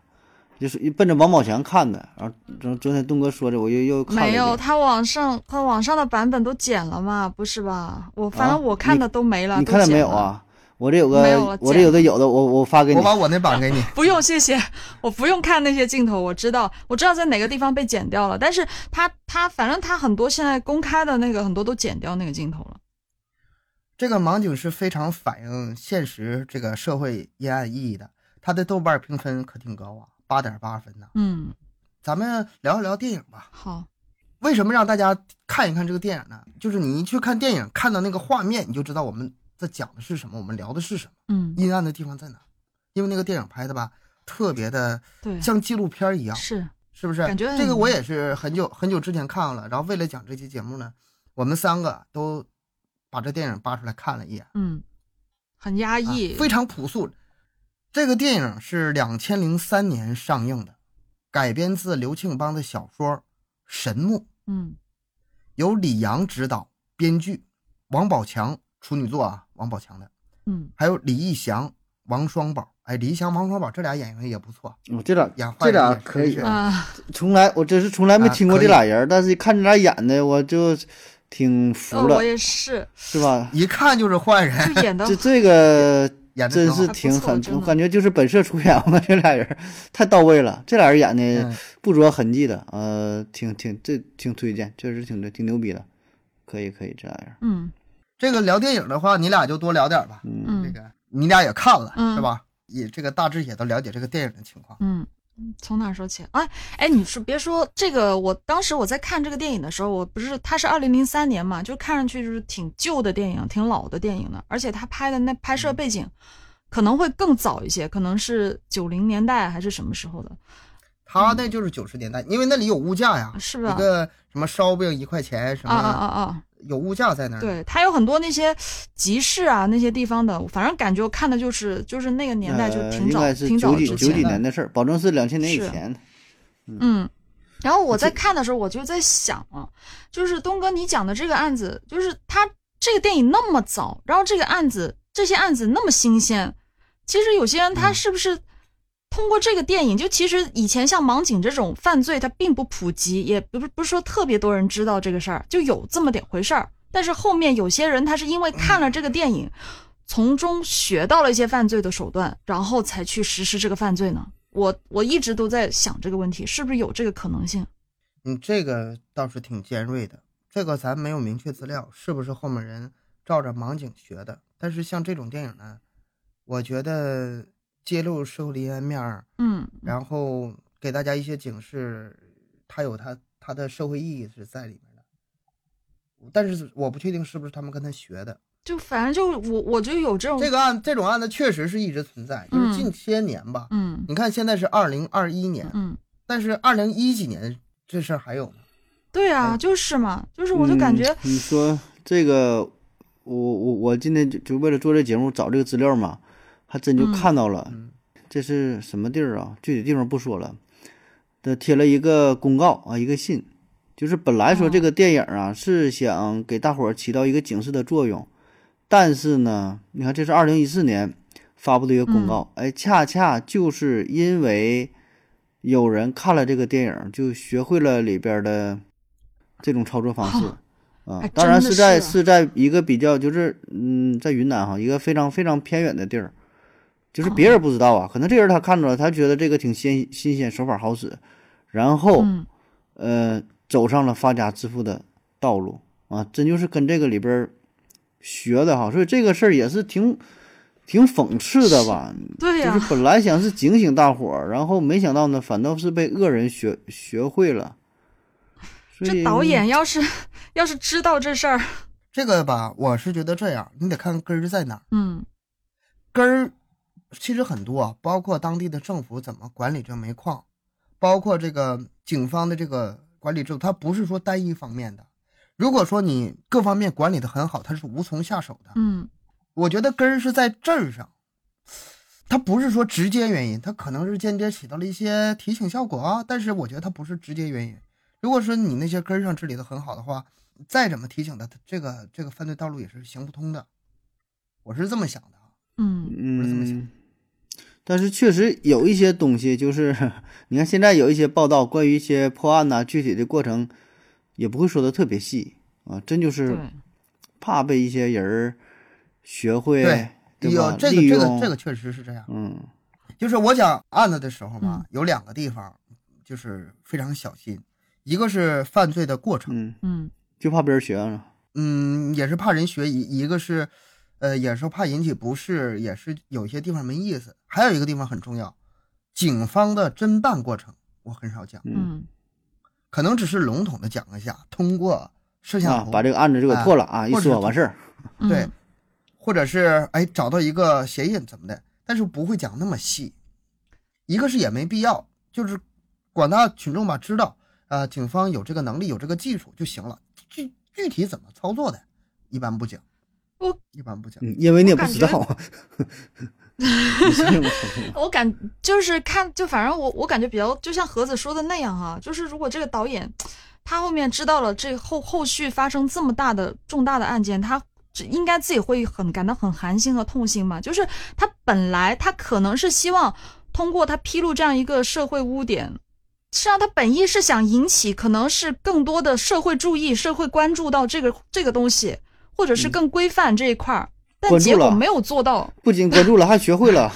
C: 就是奔着王宝强看的。然后昨昨天东哥说的，我又又看了一
B: 没有，
C: 遍。
B: 他网上他网上的版本都剪了嘛，不是吧？我反
C: 啊
B: 正我看
C: 你
B: 的都没了，
C: 你
B: 都
C: 看到
B: 剪
C: 没有
B: 了？
C: 啊？我这有
B: 没有我
C: 个，我这有的有的，我我发给你
A: 我。把我那版
C: (laughs)
A: 给你。
B: 不用，谢谢，我不用看那些镜头，我知道，我知道在哪个地方被剪掉了。但是他他反正他很多现在公开的那个很多都剪掉那个镜头了。
A: 这个盲井是非常反映现实这个社会阴暗意义的，它的豆瓣评分可挺高啊，八点八分呢、
B: 嗯，
A: 咱们聊一聊电影吧。
B: 好，
A: 为什么让大家看一看这个电影呢？就是你一去看电影，看到那个画面，你就知道我们在讲的是什么，我们聊的是什么，
B: 嗯，
A: 阴暗的地方在哪。因为那个电影拍的吧，特别的
B: 对，
A: 像纪录片一样，
B: 是，
A: 是不是？
B: 感觉很
A: 这个我也是很久很久之前看了，然后为了讲这期节目呢，我们三个都把这电影扒出来看了一眼。
B: 嗯，很压
A: 啊
B: 抑，
A: 非常朴素。这个电影是两千零三年上映的，改编自刘庆邦的小说《神木》，
B: 嗯
A: 由李阳执导、编剧，王宝强处女作啊，王宝强的，
B: 嗯，
A: 还有李义祥、王双宝。哎，李义祥、王双宝这俩演员也不错，
C: 我这俩
A: 演坏
C: 这
A: 人
C: 俩
A: 也是
C: 可以
A: 是，
B: 啊，
C: 从来我真是从来没
A: 啊
C: 听过
A: 可
C: 这
A: 以
C: 俩人，但是看这俩演的，我就挺
B: 呃
C: 服了
B: 我，也是，
C: 是吧？
A: 一看就是坏人，
B: 就演的
C: 这这个
A: 演的
C: 真是
B: 好
C: 挺
B: 啊还不错
C: 狠，
B: 真
C: 我
B: 的
C: 感觉就是本色出演吧，这俩人儿太到位了，这俩人演的
A: 嗯
C: 不着痕迹的，呃，挺挺这挺推荐，确实挺挺牛逼的，可以可以，这俩人儿，
B: 嗯
A: 这个聊电影的话，你俩就多聊点吧。
C: 嗯，
A: 这
B: 嗯
A: 个你俩也看了、
B: 嗯
A: 是吧？也这个大致也都了解这个电影的情况。
B: 嗯，从哪儿说起？哎哎，你说别说这个，我当时我在看这个电影的时候，我不是它是二零零三年嘛，就看上去就是挺旧的电影，挺老的电影的，而且它拍的那拍
C: 嗯
B: 摄背景可能会更早一些，可能是九零年代还是什么时候的，
A: 他那就是九十年代，因为那里有物价呀，
B: 啊是
A: 一
B: 吧？
A: 个什么烧饼一块钱，什
B: 啊啊
A: 么
B: 啊啊！
A: 有物价在那
C: 嗯
A: 儿。，
B: 对，它有很多那些集市啊，那些地方的，反正感觉我看的就是就是那个年代就
C: 呃
B: 挺
C: 应
B: 早，
C: 该是
B: 挺早
C: 九几
B: 之
C: 九
B: 前
C: 几
B: 的。
C: 年的事儿，保证是两千年以
B: 是
C: 前，
B: 嗯，然后我在看的时候，我就在想啊，就是东哥你讲的这个案子，就是他这个电影那么早，然后这个案子这些案子那么新鲜，其实有些人他是不是通过这个电影，就其实以前像盲井这种犯罪，它并不普及，也不是不是说特别多人知道这个事儿，就有这么点回事儿。但是后面有些人他是因为看了这个电影，从中学到了一些犯罪的手段，然后才去实施这个犯罪呢？我我一直都在想这个问题，是不是有这个可能性？
A: 你这个倒是挺尖锐的，这个咱没有明确资料，是不是后面人照着盲井学的？但是像这种电影呢，我觉得揭露社会的阴暗面儿，
B: 嗯
A: 然后给大家一些警示，它有它它的社会意义是在里面的。但是我不确定是不是他们跟他学的。
B: 就反正就我我就有这种
A: 这个案这种案子确实是一直存在，就是近些年吧。
B: 嗯
A: 你看现在是二零二一年，
B: 嗯，
A: 但是二零一几年这事儿还有呢。
B: 对
A: 哎
B: 啊，就是嘛，就是我就感觉
C: 嗯、你说这个，我我我今天就就为了做这节目找这个资料嘛，还真就
B: 嗯
C: 看到了，
A: 嗯
C: 这是什么地儿啊？具体地方不说了，他贴了一个公告啊，一个信，就是本来说
B: 哦
C: 这个电影啊、是想给大伙儿起到一个警示的作用，但是呢，你看这是二零一四年发布的一个公告，哎，恰恰就是因为有人看了这个电影，就学会了里边的这种操作方式。
B: 哦
C: 啊
B: 还，
C: 当然
B: 真的
C: 是在
B: 是啊
C: 是在一个比较就是嗯，在云南哈，一个非常非常偏远的地儿，就是别人不知道
B: 哦
C: 啊，可能这人他看着了，他觉得这个挺新新鲜，手法好使，然后、
B: 嗯
C: 呃走上了发家致富的道路啊，真就是跟这个里边儿学的哈，所以这个事儿也是挺挺讽刺的吧，
B: 对啊呀、
C: 就是本来想是警醒大伙儿，然后没想到呢，反倒是被恶人学学会了，所
B: 这
C: 以
B: 导演要是 (laughs) 要是知道这事儿，
A: 这个吧，我是觉得这样，你得看根儿在哪儿。
B: 嗯
A: 根儿其实很多啊，包括当地的政府怎么管理这煤矿，包括这个警方的这个管理制度，它不是说单一方面的。如果说你各方面管理的很好，它是无从下手的。
B: 嗯
A: 我觉得根儿是在这儿上，它不是说直接原因，它可能是间接起到了一些提醒效果啊，但是我觉得它不是直接原因。如果说你那些根儿上治理的很好的话，再怎么提醒他，他这个这个犯罪道路也是行不通的。我是这么想的啊，
B: 嗯
A: 我是这么想的。
C: 嗯，但是确实有一些东西，就是你看现在有一些报道，关于一些破案呐、具体的过程也不会说的特别细啊，真就是
B: 对，嗯
C: 怕被一些人儿学会
A: 对
C: 对
A: 有
C: 吧？
A: 这个
C: 利
A: 这
C: 用
A: 个这个确实是这样。
C: 嗯
A: 就是我讲案子的时候吧
B: 嗯，
A: 有两个地方就是非常小心，一个是犯罪的过程，
C: 嗯，
B: 嗯
C: 就怕被人学啊，
A: 嗯，也是怕人学，一一个是，呃，也是怕引起不适，也是有些地方没意思。还有一个地方很重要，警方的侦办过程我很少讲，
C: 嗯
B: 嗯
A: 可能只是笼统的讲一下，通过摄像
C: 啊，
A: 头，
C: 把这个案子就给
A: 嗯哎
C: 破了啊，一
A: 或者是
C: 说完事儿，
B: 嗯，
A: 对，或者是哎找到一个鞋印怎么的，但是不会讲那么细。一个是也没必要，就是广大群众吧知道，啊，警方有这个能力有这个技术就行了。具具体怎么操作的，一般不讲，
B: 我
A: 一般不讲。
C: 嗯因为你也
B: 我
C: 不
B: 感
C: 知
B: 觉
C: 道啊， (laughs) 你是不知道
B: 我感就是看，就反正我我感觉比较就像盒子说的那样哈、就是如果这个导演他后面知道了这后后续发生这么大的重大的案件，他这应该自己会很感到很寒心和痛心嘛。就是他本来他可能是希望通过他披露这样一个社会污点。实际上，他本意是想引起，可能是更多的社会注意、社会关注到这个这个东西，或者是更规范这一块儿，但
C: 嗯关注
B: 结果
C: 了
B: 没有做到。
C: (laughs) 不仅关注了，还学会了，
A: 哦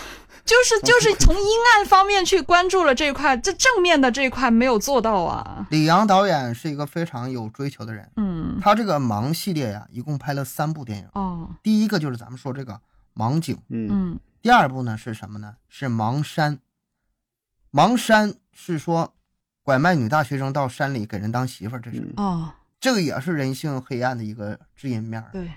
B: 就是就是从阴暗方面去关注了这一块，这正面的这一块没有做到啊。
A: 李阳导演是一个非常有追求的人，
B: 嗯，
A: 他这个《盲》系列呀，一共拍了三部电影。
B: 哦，
A: 第一个就是咱们说这个《盲井》，
C: 嗯
B: 嗯
A: 第二部呢是什么呢？是《盲山》。盲山是说拐卖女大学生到山里给人当媳妇儿，这是、
C: 嗯
B: 哦，
A: 这个也是人性黑暗的一个知音面儿。
B: 对，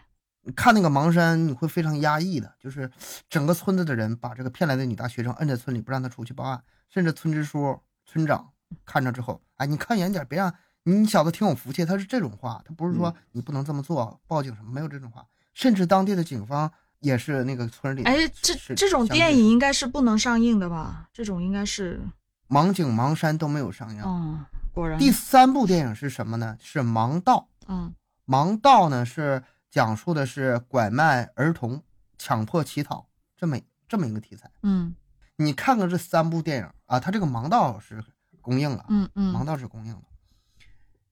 A: 你看那个盲山，你会非常压抑的，就是整个村子的人把这个骗来的女大学生摁在村里，不让她出去报案，甚至村支书、村长看着之后，哎，你看远点儿，别让你小子挺有福气，他是这种话，他不是说你不能这么做，报警什么没有这种话，甚至当地的警方也是那个村里的
B: 哎
A: 是，，
B: 这
A: 嗯是
B: 这种
A: 相
B: 电
A: 对
B: 影应该是不能上映的吧？这种应该是，
A: 盲井、盲山都没有上映。
B: 嗯，果然，
A: 第三部电影是什么呢？是《盲道》。
B: 嗯
A: 盲道呢是讲述的是拐卖儿童、强迫乞讨这么这么一个题材。
B: 嗯
A: 你看看这三部电影啊，它这个盲道是公映了，
B: 嗯
A: 盲
B: 嗯，
A: 道是公映了。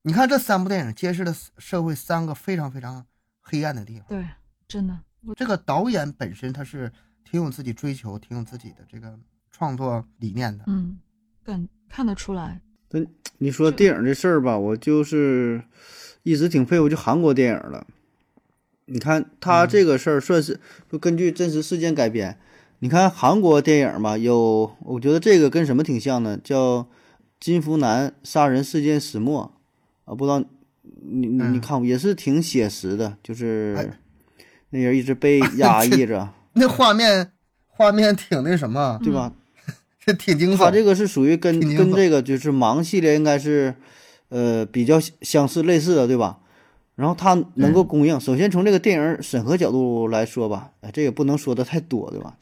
A: 你看这三部电影揭示了社会三个非常非常黑暗的地方。
B: 对，真的，
A: 这个导演本身他是挺有自己追求、挺有自己的这个创作理念的。
B: 嗯，感看得出来，
C: 你说
B: 就
C: 电影这事儿吧，我就是一直挺佩服就韩国电影了。你看
A: 嗯
C: 他这个事儿算是就根据真实事件改编。你看韩国电影吧，有我觉得这个跟什么挺像呢？叫《金福南杀人事件始末》啊，不知道你你你
A: 嗯
C: 看过，也是挺写实的，就是
A: 哎啊
C: 那人一
A: (laughs)
C: 直被压抑着，
A: 那画面画面挺那什么，
C: 对吧？
A: 这挺惊
C: 他
A: 悚。
C: 这个是属于跟
A: 挺惊
C: 跟
A: 悚
C: 这个就是盲系列应该是，呃，比较相似类似的，对吧？然后它能够供应，首先从这个电影审核角度来说吧，哎，这也不能说的太多，对吧？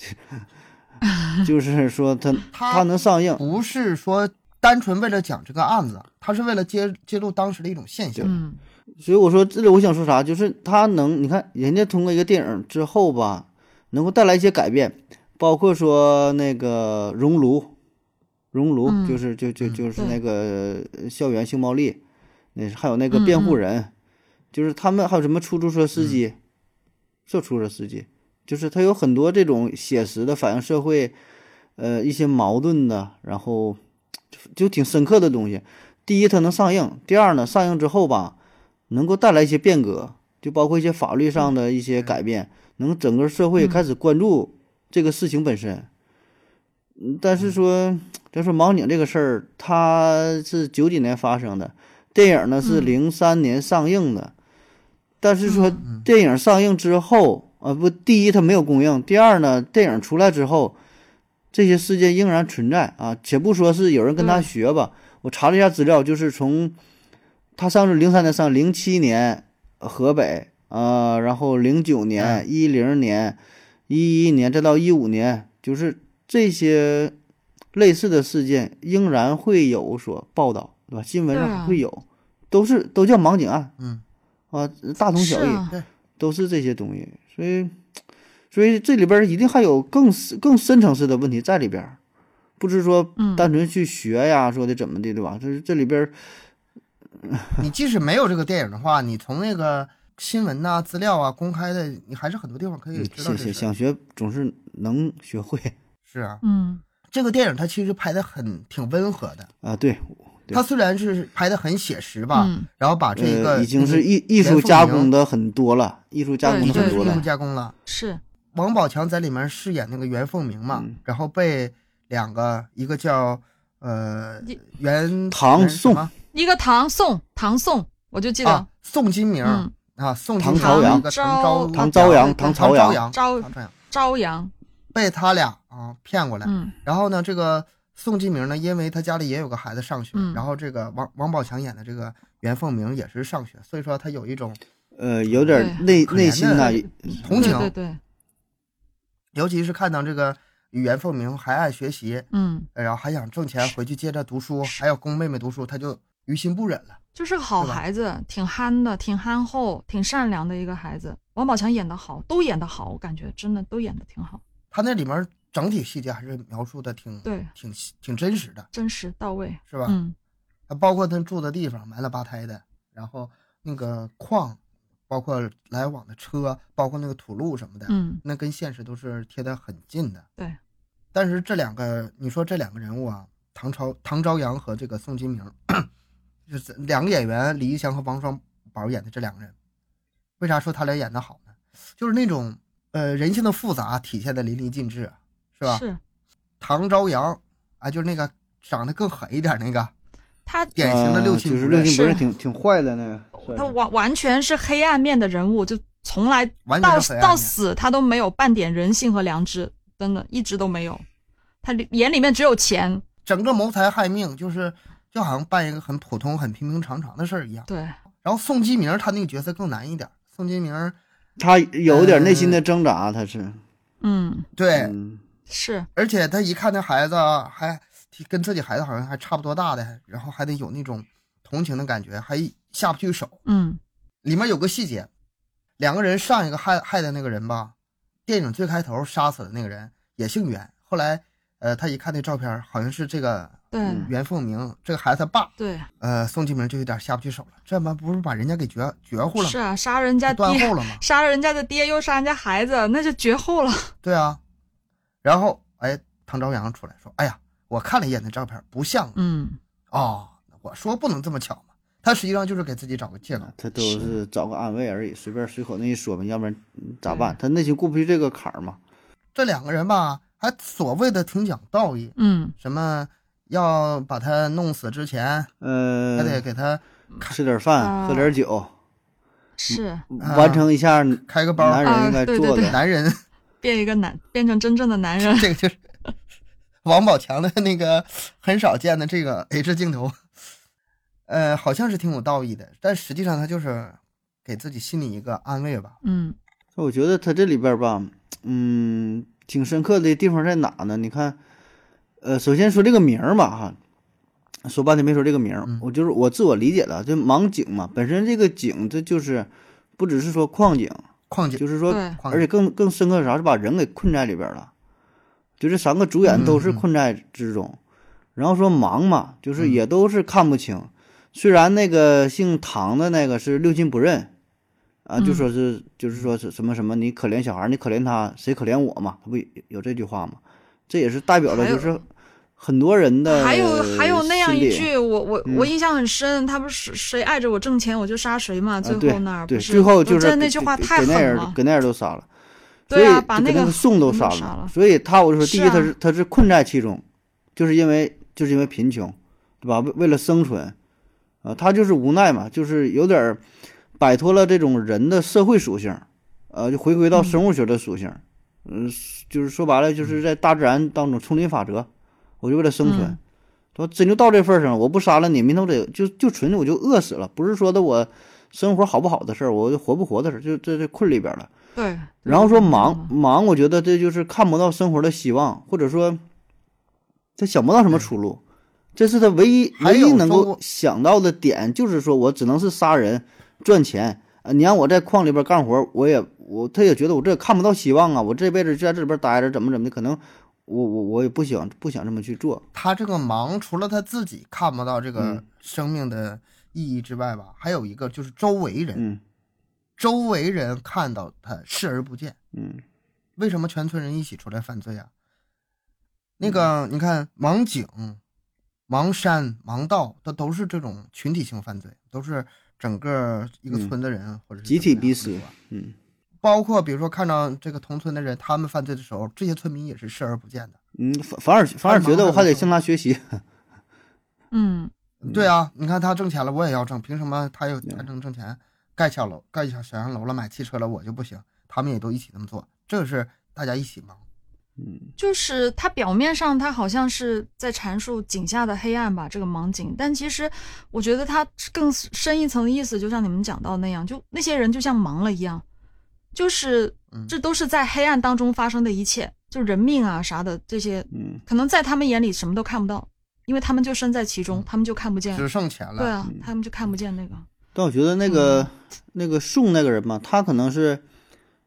C: (laughs) 就是说它
A: 它
C: 它能上映，
A: 不是说单纯为了讲这个案子，他是为了揭揭露当时的一种现象。
B: 嗯
C: 所以我说这里我想说啥，就是它能，你看人家通过一个电影之后吧，能够带来一些改变，包括说那个熔炉，熔炉、
B: 嗯
C: 就是就就
A: 嗯
C: 就是
B: 对
C: 那个呃校园性暴力，那还有那
B: 嗯
C: 个辩护人，就是他们还有什么出租车司机，是出租车司机，就是他有很多这种写实的反映社会，呃一些矛盾的，然后就挺深刻的东西。第一，它能上映；第二呢，上映之后吧，能够带来一些变革，就包括一些法律上
B: 嗯
C: 的一些改变，能整个社会开始关注这个事情本身。嗯，但是说，咱说盲井这个事儿，它是九几年发生的，电影呢是
B: 嗯
C: 零三年上映的，但是说
B: 嗯
C: 电影上映之后，啊不，第一它没有公映，第二呢，电影出来之后，这些事件仍然存在啊。且不说是有人跟他
B: 对
C: 学吧，我查了一下资料，就是从他上是零三年上，零七年河北啊、呃然后零九
B: 嗯
C: 年、一零年、一一年，再到一五年，就是这些类似的事件仍然会有所报道。对吧？新闻
B: 对
C: 上
B: 啊
C: 会有，都是都叫盲井案
A: 嗯，
C: 啊，大同小
B: 是
C: 异，
B: 啊
A: 对
C: 都是这些东西。所以，所以这里边儿一定还有更更深层次的问题在里边儿，不是说
B: 嗯
C: 单纯去学呀，说的怎么的，对吧？就是这里边儿
A: 你即使没有这个电影的话，你从那个新闻呐、资料啊、公开的，你还是很多地方可以嗯知道这
C: 想想
A: 事儿。
C: 想学总是能学会
A: 是啊，
B: 嗯，
A: 这个电影它其实拍的很挺温和的，
C: 啊，对，对
A: 它虽然是拍的很写实吧，
B: 嗯
A: 然后把这一个、
C: 呃、已经是
A: 那个
C: 艺艺
A: 严
C: 术
A: 复
C: 加
A: 明
C: 工的很多了，艺术加
B: 对
C: 工的
A: 已经
C: 很
A: 是
C: 多
B: 对
A: 艺
C: 了
A: 术。加工了。
B: 是，
A: 王宝强在里面饰演那个袁凤鸣嘛，
C: 嗯
A: 然后被两个一个叫呃
B: 一
A: 袁
C: 唐
A: 袁什
C: 宋
A: 么
B: 一个唐宋，唐宋，我就记得
A: 啊，宋金明、
B: 嗯，
A: 啊，宋
C: 唐
A: 金明
C: 朝
A: 一
C: 阳
A: 个唐朝
C: 唐朝阳
A: 唐
C: 唐朝
A: 阳
C: 阳
A: 朝
B: 朝
A: 朝阳
B: 朝阳，
A: 被他俩啊骗过来，
B: 嗯
A: 然后呢，这个宋继明呢，因为他家里也有个孩子上学，
B: 嗯
A: 然后这个王王宝强演的这个袁凤鸣也是上学，所以说他有一种，
C: 呃，有点儿
B: 对
C: 内
A: 可怜
C: 内
A: 的
C: 心呐，
A: 同情
B: 对对对，
A: 尤其是看到这个袁凤鸣还爱学习，
B: 嗯，
A: 呃然后还想挣钱回去接着读书，还要供妹妹读书，他就于心不忍了。
B: 就是个好
A: 对吧
B: 孩子，挺憨的，挺憨厚，挺善良的一个孩子。王宝强演的好，都演的好，我感觉真的都演的挺好，
A: 他那里面整体细节还是描述的挺
B: 对，
A: 挺挺真实的，
B: 真实到位，
A: 是吧？
B: 嗯
A: 他包括他住的地方，满了吧胎的，然后那个矿，包括来往的车，包括那个土路什么的，
B: 嗯，
A: 那跟现实都是贴得很近的。
B: 对，
A: 但是这两个，你说这两个人物啊，唐朝唐朝阳和这个宋金明，就是 (clears throat) 两个演员李易祥和王双宝演的这两个人，为啥说他俩演的好呢？就是那种呃人性的复杂体现的淋漓尽致，是吧？
B: 是
A: 唐朝阳啊，就是那个长得更狠一点那个，
B: 他
A: 典型的
C: 呃
A: 六亲
C: 就
A: 不
C: 是
A: 认
C: 六亲不认，
B: 是
C: 挺挺坏的那个。算
B: 他
C: 是
B: 完完全是黑暗面的人物，就从来
A: 完全
B: 到
A: 是黑暗
B: 到
A: 面
B: 死他都没有半点人性和良知，真的一直都没有，他里眼里面只有钱，
A: 整个谋财害命，就是就好像办一个很普通、很平平常常的事儿一样。
B: 对，
A: 然后宋金明他那个角色更难一点，宋金明
C: 他有点内心
B: 呃
C: 的挣扎，啊他是，
B: 嗯，
A: 对，
C: 嗯，
B: 是
A: 而且他一看那孩子啊还挺跟自己孩子好像还差不多大的，然后还得有那种同情的感觉，还下不去手。
B: 嗯
A: 里面有个细节，两个人上一个害害的那个人吧，电影最开头杀死的那个人也姓袁，后来呃他一看那照片，好像是这个
B: 对、
C: 嗯
A: 袁凤鸣这个孩子他爸，
B: 对
A: 呃宋继明就有点下不去手了，这他不是把人家给绝绝户了
B: 是
A: 吗？
B: 啊，杀人家
A: 就
B: 爹
A: 断后了吗？
B: 杀了人家的爹，又杀人家孩子，那就绝后了。
A: 对啊，然后哎唐朝阳出来说，哎呀，我看了一眼那照片，不像啊
B: 嗯，
A: 哦，我说不能这么巧嘛，他实际上就是给自己找个借口。
C: 他都是找个安慰而已，随便随口那一说吧，要不然嗯咋办？他内心过不去这个坎儿嘛。
A: 这两个人吧，还所谓的挺讲道义，
B: 嗯，
A: 什么要把他弄死之前，还得
C: 呃，
A: 给他
C: 吃点饭，
B: 啊
C: 喝点酒，嗯
B: 是
A: 啊
C: 完成一下
A: 开个包。
C: 男人应该
B: 啊对对
C: 做
B: 对
C: 的。
A: 男人， (laughs)。
B: 变一个男，变成真正的男人
A: 这个就是 (laughs) 王宝强的那个很少见的这个 H 镜头，呃，好像是挺有道义的，但实际上他就是给自己心里一个安慰吧。
B: 嗯
C: 我觉得他这里边吧，嗯，挺深刻的地方在哪呢？你看，呃，首先说这个名儿嘛，哈，说半天没说这个名儿，我就是我自我理解了，就盲井嘛，本身这个井这就是不只是说矿井，
A: 况且
C: 就是说，
B: 对
A: 矿
C: 而且更更深刻的啥，是把人给困在里边了。就这三个主演都
A: 嗯
C: 是
A: 嗯
C: 困在之中，然后说忙嘛，就是
B: 嗯
C: 也都是看不清。虽然那个姓唐的那个是六亲不认，啊，就
B: 嗯
C: 说是、就是说是什么什么，你可怜小孩儿，你可怜他，谁可怜我嘛？他不有这句话嘛？这也是代表了
B: 还有
C: 就是很多人的
B: 还有还有那样
C: 心理啊
B: 一句，我我
C: 嗯
B: 我印象很深，他不是谁爱着我挣钱我就杀谁嘛，最
C: 啊、对
B: 后那儿
C: 对，
B: 不是
C: 最后就
B: 我
C: 是
B: 真的
C: 给
B: 那句话
C: 给
B: 太
C: 给那
B: 狠
C: 人
B: 了。
C: 给那人都杀了。
B: 对
C: 所
B: 啊，
C: 以
B: 把
C: 就
B: 那
C: 给那
B: 个
C: 宋都
B: 宋
C: 杀
B: 都杀了
C: 所以他我就说，第
B: 是
C: 一他
B: 啊
C: 是他是困在其中，就是因为就是因为贫穷，对吧？为为了生存，啊，他就是无奈嘛，就是有点儿摆脱了这种人的社会属性，呃，就回归到生物学的属性，嗯、就是说白
B: 嗯
C: 了就是在大自然当中丛林法则，我就为了生存。
B: 嗯
C: 说真就到这份儿上了，我不杀了你，明天我得就就纯我就饿死了，不是说的我生活好不好的事儿，我活不活的事儿，就这这困里边儿了。
B: 对，
C: 然后说忙
B: 嗯
C: 忙，我觉得这就是看不到生活的希望，或者说他想不到什么出路，这是他唯一
A: 还
C: 唯
A: 有
C: 一能够
A: 说
C: 想到的点，就是说我只能是杀人赚钱啊！你让我在矿里边干活，我也我他也觉得我这也看不到希望啊！我这辈子就在这里边待着，怎么怎么的，可能我我我也不想不想这么去做。
A: 他这个忙，除了他自己看不到这个
C: 嗯
A: 生命的意义之外吧，还有一个就是周围人，
C: 嗯
A: 周围人看到他视而不见。
C: 嗯
A: 为什么全村人一起出来犯罪啊？那
C: 嗯
A: 个你看，盲井、盲山、盲道，它都是这种群体性犯罪，都是整个一个村的人、或者是
C: 嗯集体
A: 怎么样
C: 逼死
A: 或者说
C: 嗯
A: 包括比如说看到这个同村的人，他们犯罪的时候，这些村民也是视而不见的。
C: 嗯，反反而反而觉得我还得向他学习。
B: 嗯，
A: 对啊，你看他挣钱了，我也要挣，凭什么他有
C: 嗯
A: 他能挣钱，盖小楼、盖小小洋楼了，买汽车了，我就不行？他们也都一起这么做，这是大家一起忙。
B: 就是它表面上它好像是在阐述井下的黑暗吧，这个盲井，但其实我觉得它更深一层的意思，就像你们讲到那样，就那些人就像盲了一样，就是
A: 嗯
B: 这都是在黑暗当中发生的一切，就人命啊啥的这些，
C: 嗯
B: 可能在他们眼里什么都看不到，因为他们就身在其
A: 嗯
B: 中，他们就看不见，
A: 只剩钱了，
B: 对啊，他们就看不见那个，
C: 但我觉得那
B: 嗯
C: 个、那个宋那个人吧，他可能是，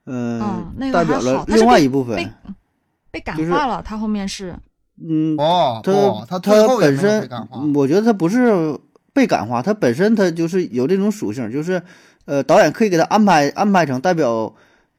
C: 呃，
B: 嗯，那个
C: 代
B: 还
C: 表了
B: 好，他是
C: 另外
B: 被
C: 一部分
B: 被。被感
C: 就是
B: 化了，他后面是，
C: 嗯，
A: 哦，不，
C: 他
A: 他最后也
C: 本
A: 没有被
C: 身嗯
A: 感化，，
C: 我觉得他不是被感化，他本身他就是有这种属性，就是呃，导演可以给他安排安排成代表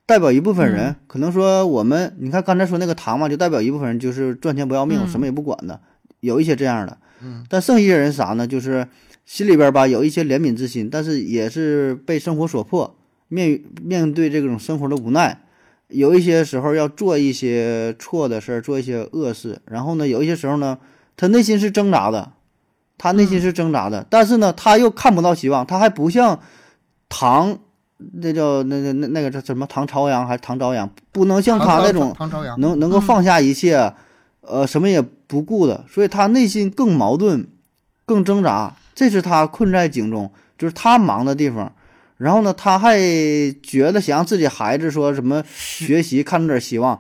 C: 代表一部分人，
B: 嗯
C: 可能说我们你看刚才说那个唐嘛，就代表一部分人就是赚钱不要命，
B: 嗯
C: 什么也不管的，有一些这样的，
A: 嗯，
C: 但剩一些人啥呢？就是心里边吧有一些怜悯之心，但是也是被生活所迫，面于面对这种生活的无奈，有一些时候要做一些错的事儿，做一些恶事。然后呢，有一些时候呢，他内心是挣扎的，他内心是挣扎的，但是呢，他又看不到希望，他还不像唐。那叫那那那那个叫什么唐朝阳还是唐朝阳，不能像
A: 唐
C: 他
A: 朝
C: 那种
A: 唐朝阳，
C: 能能够
B: 嗯
C: 放下一切，呃，什么也不顾的，所以他内心更矛盾，更挣扎，这是他困在井中，就是他忙的地方。然后呢，他还觉得想让自己孩子说什么学习看出点希望，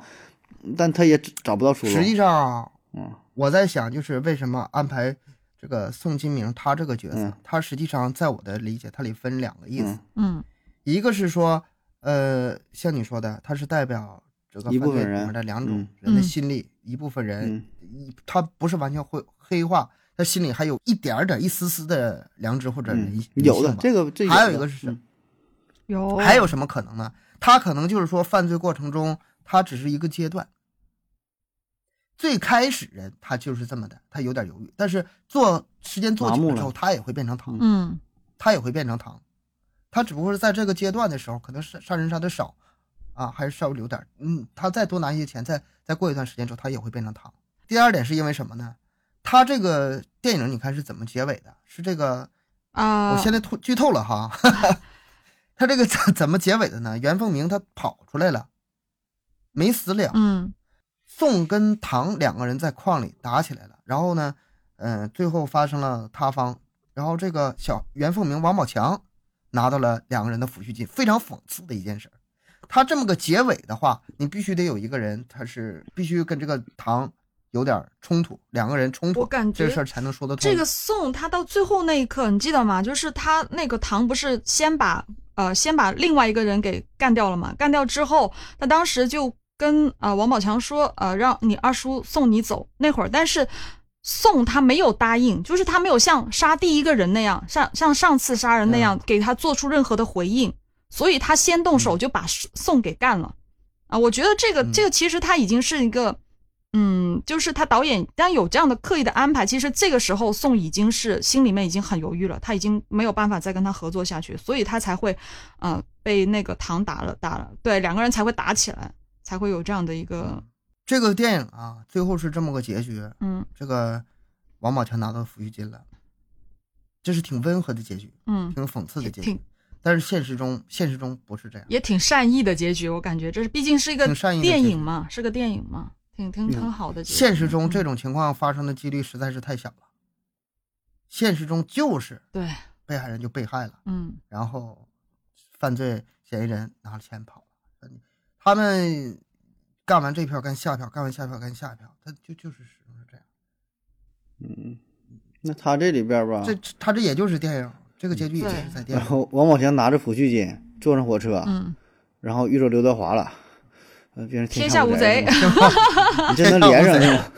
C: 但他也找不到出路。
A: 实际上啊
C: 嗯，
A: 我在想，就是为什么安排这个宋金明他这个角色，
C: 嗯
A: 他实际上在我的理解，它里分两个意思，
C: 嗯
B: 嗯
A: 一个是说，呃，像你说的，他是代表这个
C: 一部分
A: 犯罪里面
C: 人
A: 的两种
C: 嗯
A: 人的
B: 嗯
A: 心理，一部分人
C: 嗯，
A: 一他不是完全会黑化，他心里还有一点儿点儿一丝丝的良知或者人
C: 嗯
A: 性，
C: 有的
A: 吧
C: 这个这
A: 还有
C: 有
A: 一
C: 的
A: 个是什么
C: 嗯
B: 有，
A: 还有什么可能呢？他可能就是说，犯罪过程中，他只是一个阶段。最开始人他就是这么的，他有点犹豫，但是做时间做
C: 麻
A: 久
C: 木
A: 了之后，
C: 了
A: 他也会变成糖，
B: 嗯
A: 他也会变成糖。他只不过是在这个阶段的时候，可能杀杀人杀的少，啊，还是稍微留点儿。嗯，他再多拿一些钱，再再过一段时间之后，他也会变成糖。第二点是因为什么呢？他这个电影你看是怎么结尾的？是这个
B: 啊，
A: 我现在透剧透了哈， (laughs) 他这个怎怎么结尾的呢？袁凤鸣他跑出来了，没死了。
B: 嗯
A: 宋跟唐两个人在矿里打起来了，然后呢，嗯、最后发生了塌方，然后这个小袁凤鸣、王宝强拿到了两个人的抚恤金，非常讽刺的一件事儿。他这么个结尾的话，你必须得有一个人，他是必须跟这个唐有点儿冲突，两个人冲突，
B: 我感
A: 这
B: 觉
A: 事儿才能说得通。
B: 这个宋他到最后那一刻，你记得吗？就是他那个唐不是先把呃先把另外一个人给干掉了嘛？干掉之后，他当时就跟呃王宝强说，呃让你二叔送你走那会儿，但是宋他没有答应，就是他没有像杀第一个人那样，像像上次杀人那样、给他做出任何的回应，所以他先动手就把宋给干了。啊，我觉得这个
A: 嗯
B: 这个其实他已经是一个，嗯，就是他导演当然有这样的刻意的安排，其实这个时候宋已经是心里面已经很犹豫了，他已经没有办法再跟他合作下去，所以他才会，呃，被那个唐打了打了，对，两个人才会打起来，才会有这样的一个，
A: 这个电影啊，最后是这么个结局，
B: 嗯
A: 这个王宝强拿到抚恤金了，这是挺温和的结局，
B: 嗯，
A: 挺讽刺的
B: 也
A: 结局
B: 挺。
A: 但是现实中，现实中不是这样。
B: 也挺善意的结局，我感觉这是毕竟是一个
A: 挺善意的
B: 电
A: 结
B: 影
A: 局
B: 嘛，是个电影嘛，挺挺挺好的结局。嗯
A: 现实中这种情况发生的几率实在是太小了。现实中就是
B: 对，
A: 被害人就被害了，
B: 嗯
A: 然后犯罪嫌疑人拿了钱跑了。他们干完这票干下票，干完下票干下票，他就就是始终是这样。
C: 嗯那他这里边儿吧，
A: 这他这也就是电影，这个结局也就是在电
C: 然
A: 影。
C: 后王宝强拿着抚恤金坐上火车，
B: 嗯，
C: 然后遇着刘德华了，呃，变成
B: 天
C: 下
B: 下无贼
C: 是吗你这能连上是吗？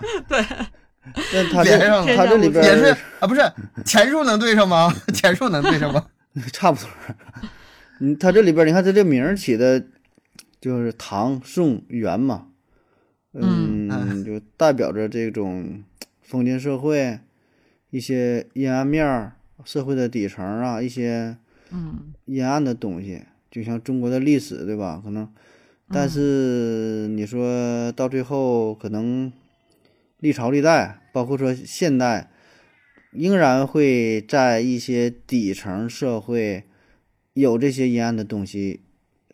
B: (laughs) 对，
C: 但他
A: 啊连上
C: 这
B: 了
C: 他这里边
A: 也是
C: 儿
A: 啊，不是钱数能对上吗？钱数能对上吗？
C: 差不多儿，嗯，他这里边儿你看他这名儿起的，就是唐宋元嘛，
B: 嗯
A: 哎
C: 嗯，就代表着这种封建社会一些阴暗面儿、社会的底层啊，一些
B: 嗯，
C: 阴暗的东西，就像中国的历史，对吧？可能，
B: 嗯
C: 但是你说到最后，可能历朝历代，包括说现代，仍然会在一些底层社会有这些阴暗的东西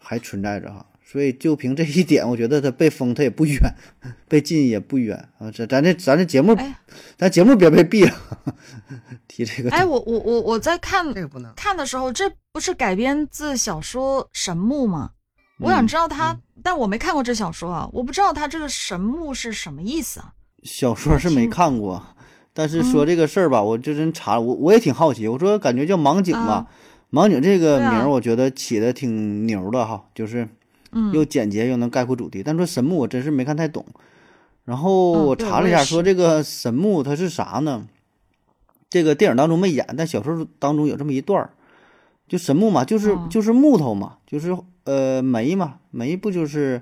C: 还存在着哈。所以就凭这一点，我觉得他被封他也不冤， (laughs) 被禁也不冤啊。这咱这咱这节目，
B: 哎
C: 咱节目别被毙了。 (laughs) 提这个，
B: 哎，我我我我在看
A: 这个不能。
B: 看的时候，这不是改编自小说《神木》吗？我想
C: 嗯
B: 知道他，但我没看过这小说啊，我不知道他这个神木是什么意思啊。
C: 小说是
B: 嗯
C: 没看过，但是说这个事儿吧，我就真查了，我我也挺好奇，我说感觉叫盲井吧，盲井这个名
B: 啊对啊
C: 儿我觉得起的挺牛的哈，就是
B: 嗯，
C: 又简洁又能概括主题。但说神木，我真是没看太懂。然后
B: 嗯
C: 我
B: 对
C: 查了一
B: 我
C: 下，
B: 也是
C: 说这个神木它是啥呢？这个电影当中没演，但小说当中有这么一段儿，就神木嘛，就是、
B: 哦
C: 就是木头嘛，就是呃煤嘛，煤不就是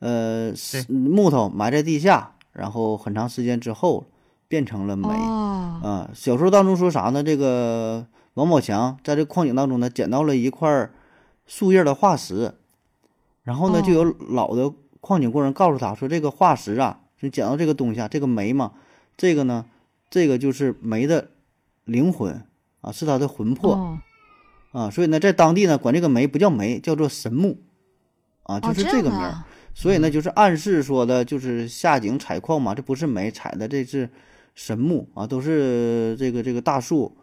C: 呃是木头埋在地下，然后很长时间之后变成了煤。
B: 哦，
C: 啊，小说当中说啥呢？这个王宝强在这矿井当中呢，捡到了一块儿树叶的化石，然后呢，
B: 哦
C: 就有老的矿井工人告诉他说，这个化石啊，就捡到这个东西啊，这个煤嘛，这个呢，这个就是煤的灵魂啊，是它的魂魄。
B: 哦
C: 啊，所以呢，在当地呢，管这个煤不叫煤，叫做神木，啊，
B: 哦
C: 就是
B: 这
C: 这个
B: 样
C: 名儿。
B: 啊
C: 所以呢，就是暗示说的，就是下井采矿嘛，这不是煤采的，这是神木啊，都是这个这个大树，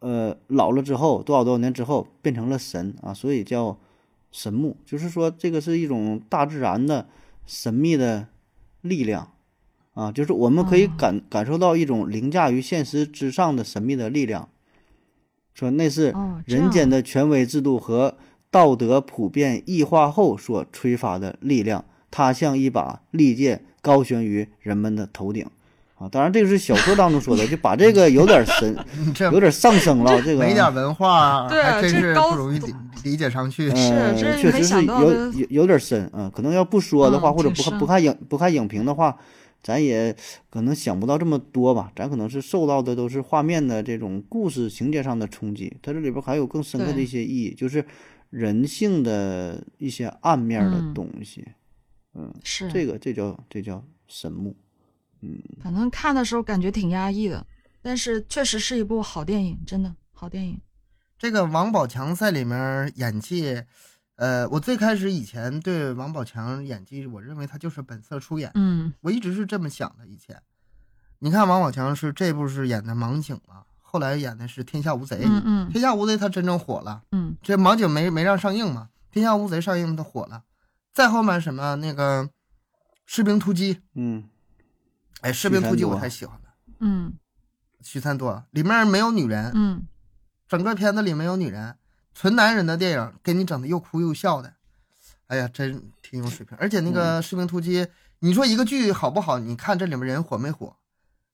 C: 呃，老了之后多少多少年之后变成了神啊，所以叫神木，就是说这个是一种大自然的神秘的力量啊，就是我们可以感、感受到一种凌驾于现实之上的神秘的力量，说那是
B: 哦这
C: 人间
B: 样
C: 的权威制度和道德普遍异化后所催发的力量，它像一把利剑高悬于人们的头顶。啊，当然这个是小说当中
B: (laughs)
C: 说的，就把这个有点神，
A: 你这
C: 有点上升了。这个
A: 没点文化，啊
B: 对啊
A: 还真
B: 这
A: 是
B: 高
A: 不容易理理解上去。
B: (laughs)
C: 呃
B: 是这是
C: 确
B: 没
C: 实
B: 想
C: 是
B: 到
C: 有
B: 的
C: 有有点深啊、可能要不说的话，
B: 嗯
C: 或者
B: 挺
C: 不看
B: 深
C: 不看影不看影评的话，咱也可能想不到这么多吧。咱可能是受到的都是画面的这种故事情节上的冲击，它这里边还有更深刻的
B: 对
C: 一些意义，就是人性的一些暗面的
B: 嗯
C: 东西。
B: 是
C: 这个这叫这叫神木。
B: 反正看的时候感觉挺压抑的，但是确实是一部好电影，真的好电影。
A: 这个王宝强在里面演技，呃，我最开始以前对王宝强演技，我认为他就是本色出演，
B: 嗯
A: 我一直是这么想的。以前，你看王宝强是这部是演的盲井嘛，后来演的是天下无贼。
B: 嗯嗯
A: 天下无贼他真正火了，
B: 嗯
A: 这盲井没没让上映嘛，天下无贼上映他火了。再后面什么那个士兵突击，
C: 嗯，
A: 哎，士兵突
C: 许
A: 击
C: 三多
A: 我太喜欢了。
B: 嗯
A: 许三多里面没有女人，
B: 嗯，
A: 整个片子里没有女人，纯男人的电影，给你整的又哭又笑的，哎呀，真挺有水平。而且那个《士兵突击》你说一个剧好不好？你看这里面人火没火？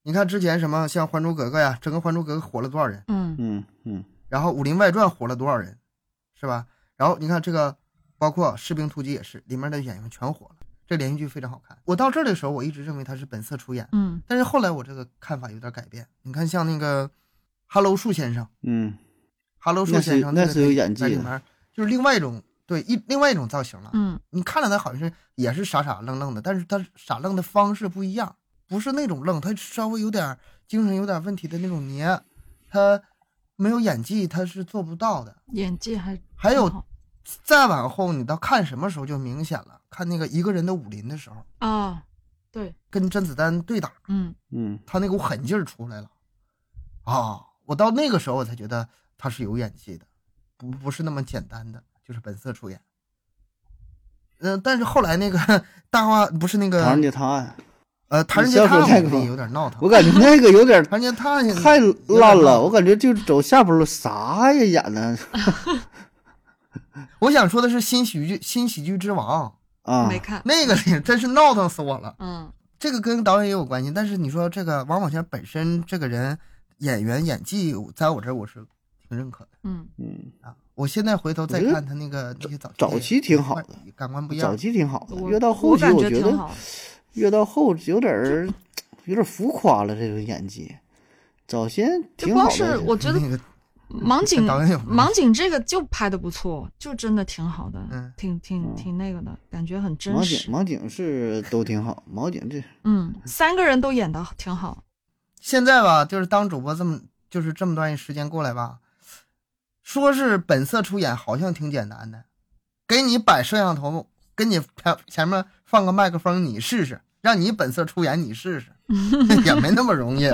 A: 你看之前什么像《还珠格格》呀，整个《还珠格格》火了多少人？
B: 嗯
C: 嗯嗯，
A: 然后《武林外传》火了多少人，是吧？然后你看这个，包括《士兵突击》也是，里面的演员全火了，这连续剧非常好看。我到这儿的时候，我一直认为他是本色出演，
B: 嗯
A: 但是后来我这个看法有点改变。你看像那个《哈喽树先生》。
C: 嗯，
A: 哈喽树
C: 那是
A: 先生
C: 那
A: 个
C: 是有
A: 在
C: 演技
A: 在里
C: 的
A: 面就是另外一种对一另外一种造型了。
B: 嗯
A: 你看着他好像是也是傻傻愣愣的，但是他傻愣的方式不一样，不是那种愣，他稍微有点精神有点问题的那种黏，他没有演技他是做不到的。
B: 演技还
A: 还
B: 挺
A: 有
B: 好
A: 再往后，你到看什么时候就明显了，看那个一个人的武林的时候，
B: 啊，对，
A: 跟甄子丹对打，
B: 嗯
C: 嗯
A: 他那股狠劲儿出来了，啊，我到那个时候我才觉得他是有演技的，不不是那么简单的，就是本色出演。呃嗯、但是后来那个 (laughs) 大话不是那个
C: 《唐人街探案》
A: 啊、呃，唐人街
C: 销售
A: 探
C: 太
A: 案
C: 高
A: 有点闹腾，
C: 我感觉那个 (laughs) 有点
A: 唐人街探案
C: 太
A: 有
C: 烂
A: 点
C: 了，
A: 闹
C: 我感觉就是走下坡路，啥呀演的
A: 我想说的是新喜剧新喜剧之王
C: 啊
B: 没？看，
A: 那个也真是闹腾死我了。
B: 嗯
A: 这个跟导演也有关系，但是你说这个王宝强本身这个人演员演技，在我这儿我是挺认可的
B: 嗯
C: 嗯，
A: 啊。我些再回头再
C: 我觉得
A: 看他那个那些早
C: 早期挺好的，
A: 感官不一
C: 早
A: 样。
C: 期挺好的，
B: 我
C: 哎越到后期
B: 我感
C: 觉
B: 挺
C: 得
B: 好，
C: 越到后有点儿有点儿浮夸了，这种演技。早先
B: 就
C: 挺好
B: 光
C: 的，
B: 是我觉
A: (laughs)
B: 得
A: 那个
B: 盲井
A: 导演有
B: 盲井这个就拍的不错，就真的挺好的，
A: 嗯
B: 挺挺挺那个的感觉很真
C: 毛景
B: 实。
C: 毛景是都挺好，毛景这
B: 嗯，三个人都演的挺好。
A: 现在吧，就是当主播这么就是这么段时间过来吧，说是本色出演，好像挺简单的，给你摆摄像头，跟你前前面放个麦克风，你试试，让你本色出演，你试
B: (laughs)
A: 试，也没那么容易，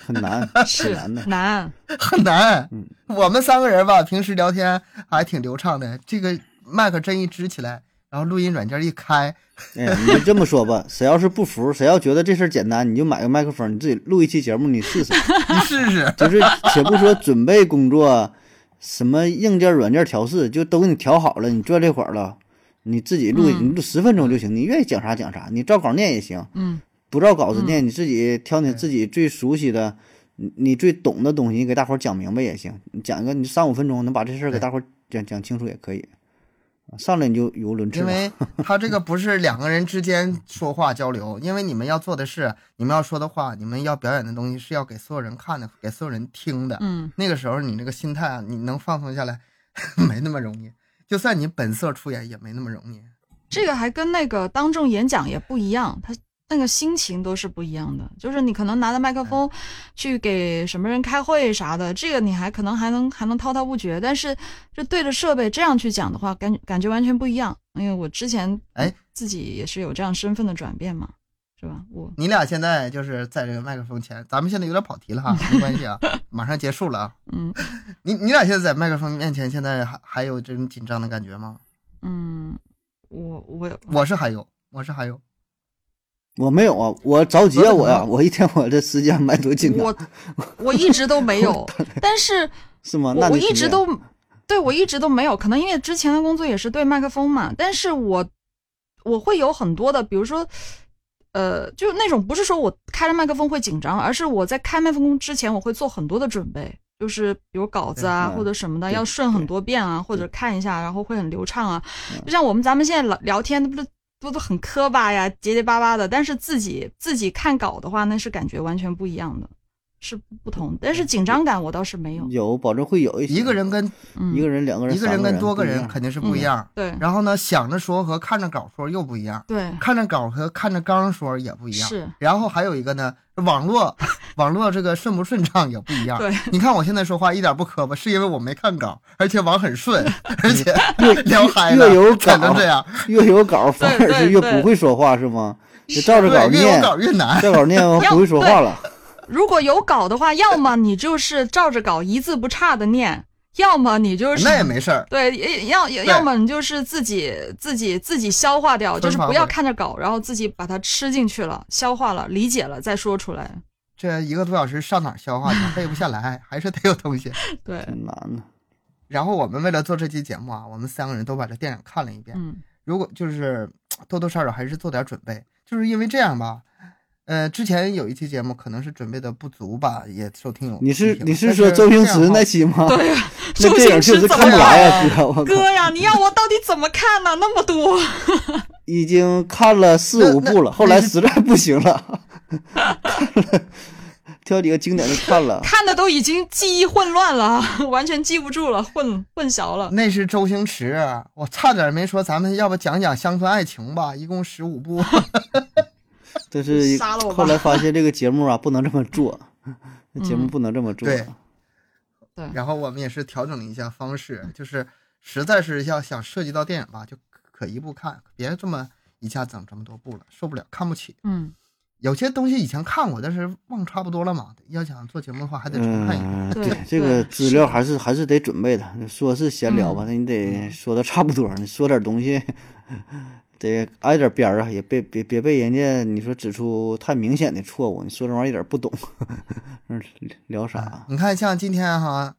C: 很难，很
B: 是
C: 难的。
B: 难，
A: 很难
C: 嗯。
A: 我们三个人吧，平时聊天还挺流畅的，这个麦克真一支起来，然后录音软件一开，
C: 哎，你就这么说吧，谁要是不服，谁要觉得这事儿简单，你就买个麦克风，你自己录一期节目，你试试。。
A: 你试试
C: 就是且不说准备工作，什么硬件、软件调试，就都给你调好了，你坐这会儿了，你自己录，
B: 嗯
C: 你录十分钟就行，你愿意讲啥讲啥，你照稿念也行，
B: 嗯，
C: 不照稿子念，你自己挑你
A: 对
C: 自己最熟悉的，你你最懂的东西，你给大伙儿讲明白也行，你讲个你三五分钟能把这事儿给
A: 对
C: 大伙儿讲讲清楚也可以，啊上来你就语无伦次
A: 因
C: 了。
A: 为他这个不是两个人之间说话交流，因为你们要做的是，你们要说的话，你们要表演的东西是要给所有人看的，给所有人听的。
B: 嗯，
A: 那个时候你那个心态啊，你能放松下来， (laughs) 没那么容易。就算你本色出演，也没那么容易。
B: 这个还跟那个当众演讲也不一样，他那个心情都是不一样的。就是你可能拿着麦克风去给什么人开会啥的，这个你还可能还能还能滔滔不绝，但是就对着设备这样去讲的话，感感觉完全不一样。因为我之前
A: 哎
B: 自己也是有这样身份的转变嘛，是吧？我
A: 你俩现在就是在这个麦克风前，咱们现在有点跑题了哈，没关系啊，马上结束了啊。
B: 嗯
A: 你你俩现在在麦克风面前，现在还还有这种紧张的感觉吗？
B: 嗯，我我
A: 我是还有，我是还有。
C: 我没有啊，我着急
A: 我
C: 啊，
A: 怎么
C: 我呀、
A: 了
C: 我一天我这时间蛮多紧啊张，
B: 我我一直都没有，但是。
C: 是吗？哦那
B: 我我
C: 你
B: 一
C: 是
B: 直
C: 这样
B: 都，对我一直都没有，可能因为之前的工作也是对麦克风嘛，但是我我会有很多的，比如说，呃，就是那种不是说我开了麦克风会紧张，而是我在开麦克风之前，我会做很多的准备，就是比如稿子啊
C: 嗯
B: 或者什么的，
C: 对嗯
B: 要顺很多遍啊，或者看一下，然后会很流畅啊。就像我们咱们现在聊聊天，不是。都都很磕巴呀，结结巴巴的。但是自己自己看稿的话，那是感觉完全不一样的，是不同。但
C: 嗯
B: 是紧张感我倒是没有。
C: 有，保证会有一些
A: 一个人跟
B: 嗯，
C: 一个人、两个人、
A: 一个
C: 三
A: 人跟多个
C: 个不一
A: 人
C: 样嗯
A: 肯定是不一样。
B: 对
A: 然后呢，想着说和看着稿说又不一样，
B: 对，
A: 看着稿和看着刚说也不一样。
B: 是，
A: 然后还有一个呢，网络 (laughs) 网络这个顺不顺畅也不一样。
B: 对，
A: 你看我现在说话一点不磕巴，是因为我没看稿，而且网很
B: (laughs)
A: 顺，而且 (laughs) 聊嗨了
C: 越有
A: 才能
C: 稿
A: 这样。
C: (laughs) 越有稿儿反
B: 对
C: 而是
B: 对
C: 越
B: 对
C: 不会说话是吗？就照着稿儿
A: 对，越
C: 念
A: 有，稿越难。
C: (laughs) 照稿
B: (laughs)
C: 儿念完不会说话了。
B: 如果有稿的话，要么你就是照着稿一字不差的念，要么你就是
A: 那也没事儿，
B: 对，也要要要么你就是自己自己自己消化掉，
A: 吞
B: 就是
A: 发
B: 不要
A: 会
B: 看着稿，然后自己把它吃进去了，消化了，理解了再说出来。
A: 这一个多小时上哪儿消化去？背不下来，还是得有东西。
B: 对，
C: 挺难的，
A: 然后我们为了做这期节目啊，我们三个人都把这电影看了一遍。
B: 嗯
A: 如果就是多多少少还是做点准备，就是因为这样吧。呃，之前有一期节目可能是准备的不足吧，也收听有
C: 你是
A: 批评
C: 你是
A: 啊但
C: 说周星
A: 这
C: 驰
A: 样
C: 那
A: 的
C: 期吗？
B: 对呀，
C: (laughs) 那
B: 周
C: 电
B: 星
C: 影确
B: 驰
C: 实
B: 怎
C: 看
B: 么
C: 不
B: 了？
C: 来啊呀，哥，我靠，
B: 嗯哥呀，你让我到底怎么看呢、那么多，
C: 已经看了四
A: 那
C: 五
A: 那
C: 部了，后
A: 那
C: 来
A: 是
C: 实在不行了， (laughs) 看了挑几个经典的看了。
B: 看的都已经记忆混乱了， (laughs) 完全记不住了，混混淆了。
A: 那是周星驰啊，我差点没说咱们要不讲讲乡村爱情吧，一共十五
C: (laughs)
A: 部。
C: 但是
B: 杀了我吧
C: 后来发现这个节目啊，不能这么做， (laughs) 这节目
B: 嗯
C: 不能这么做。啊
A: 对
B: 对，
A: 然后我们也是调整了一下方式，就是实在是要想涉及到电影吧，就可一部看，别这么一下整这么多部了，受不了，看不起。
B: 嗯，
A: 有些东西以前看过，但是忘差不多了嘛。要想做节目的话，还得重看一遍。
C: 嗯，
B: 对
C: 对，这
B: 对嗯
C: 个资
B: 是
C: 料还是还是得准备的。说是闲聊吧，那你得说的差不多，你说点东西， (laughs) 得挨点边儿啊，也别别别被人家你说指出太明显的错误。你说这玩意儿一点不懂， (laughs) 嗯聊啥
A: 啊
C: 啊？
A: 你看，像今天哈，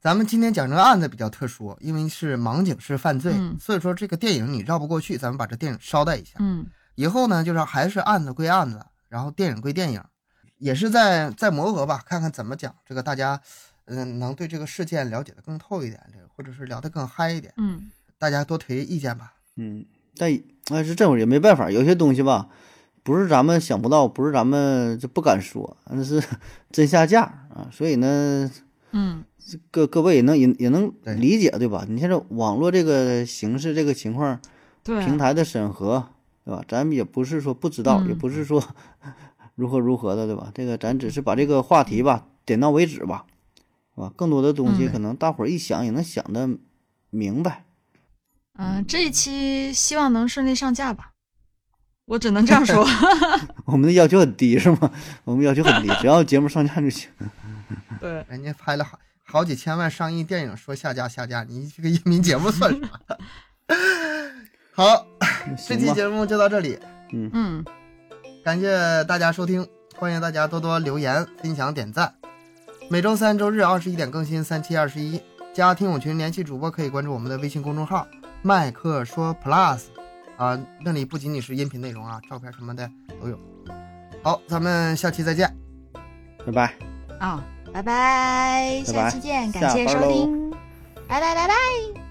A: 咱们今天讲这个案子比较特殊，因为是盲警式犯罪，
B: 嗯
A: 所以说这个电影你绕不过去，咱们把这电影捎带一下。
B: 嗯
A: 以后呢，就是还是案子归案子，然后电影归电影，也是在在磨合吧，看看怎么讲这个大家，嗯、能对这个事件了解的更透一点，这个或者是聊得更嗨一点，
B: 嗯
A: 大家多提意见吧。
C: 嗯，但但是这会儿也没办法，有些东西吧，不是咱们想不到，不是咱们就不敢说，那是 (laughs) 真下架啊。所以呢，
B: 嗯
C: 各各位也能也也能
A: 对
C: 理解，对吧？你现在网络这个形式这个情况，
B: 对啊
C: 平台的审核，对吧？咱们也不是说不知道，
B: 嗯
C: 也不是说 (laughs) 如何如何的，对吧？这个咱只是把这个话题吧点到为止吧，是吧？更多的东西
B: 嗯
C: 可能大伙儿一想也能想得明白。
B: 嗯、这一期希望能顺利上架吧，我只能这样说。
C: (laughs) 我们的要求很低是吗？我们要
B: (laughs)
C: 求很低，只要节目上架就行。
B: 对，
A: 人家拍了好好几千万上亿电影，说下架下架，你这个音频节目算什么？ (laughs) 好，这
C: 行
A: 期
C: 吧，
A: 节目就到这里。
B: 嗯，
A: 感谢大家收听，欢迎大家多多留言、分享、点赞。每周三、周日二十一点更新三七二十一。加听友群联系主播可以关注我们的微信公众号“麦克说 Plus”，啊，那里不仅仅是音频内容啊，照片什么的都有。好，咱们下期再见。
C: 拜拜。
B: 啊、拜拜，
C: 拜拜
B: 下期见，
C: 下
B: 感谢
C: 班
B: 收
C: 喽
B: 听，拜拜拜拜。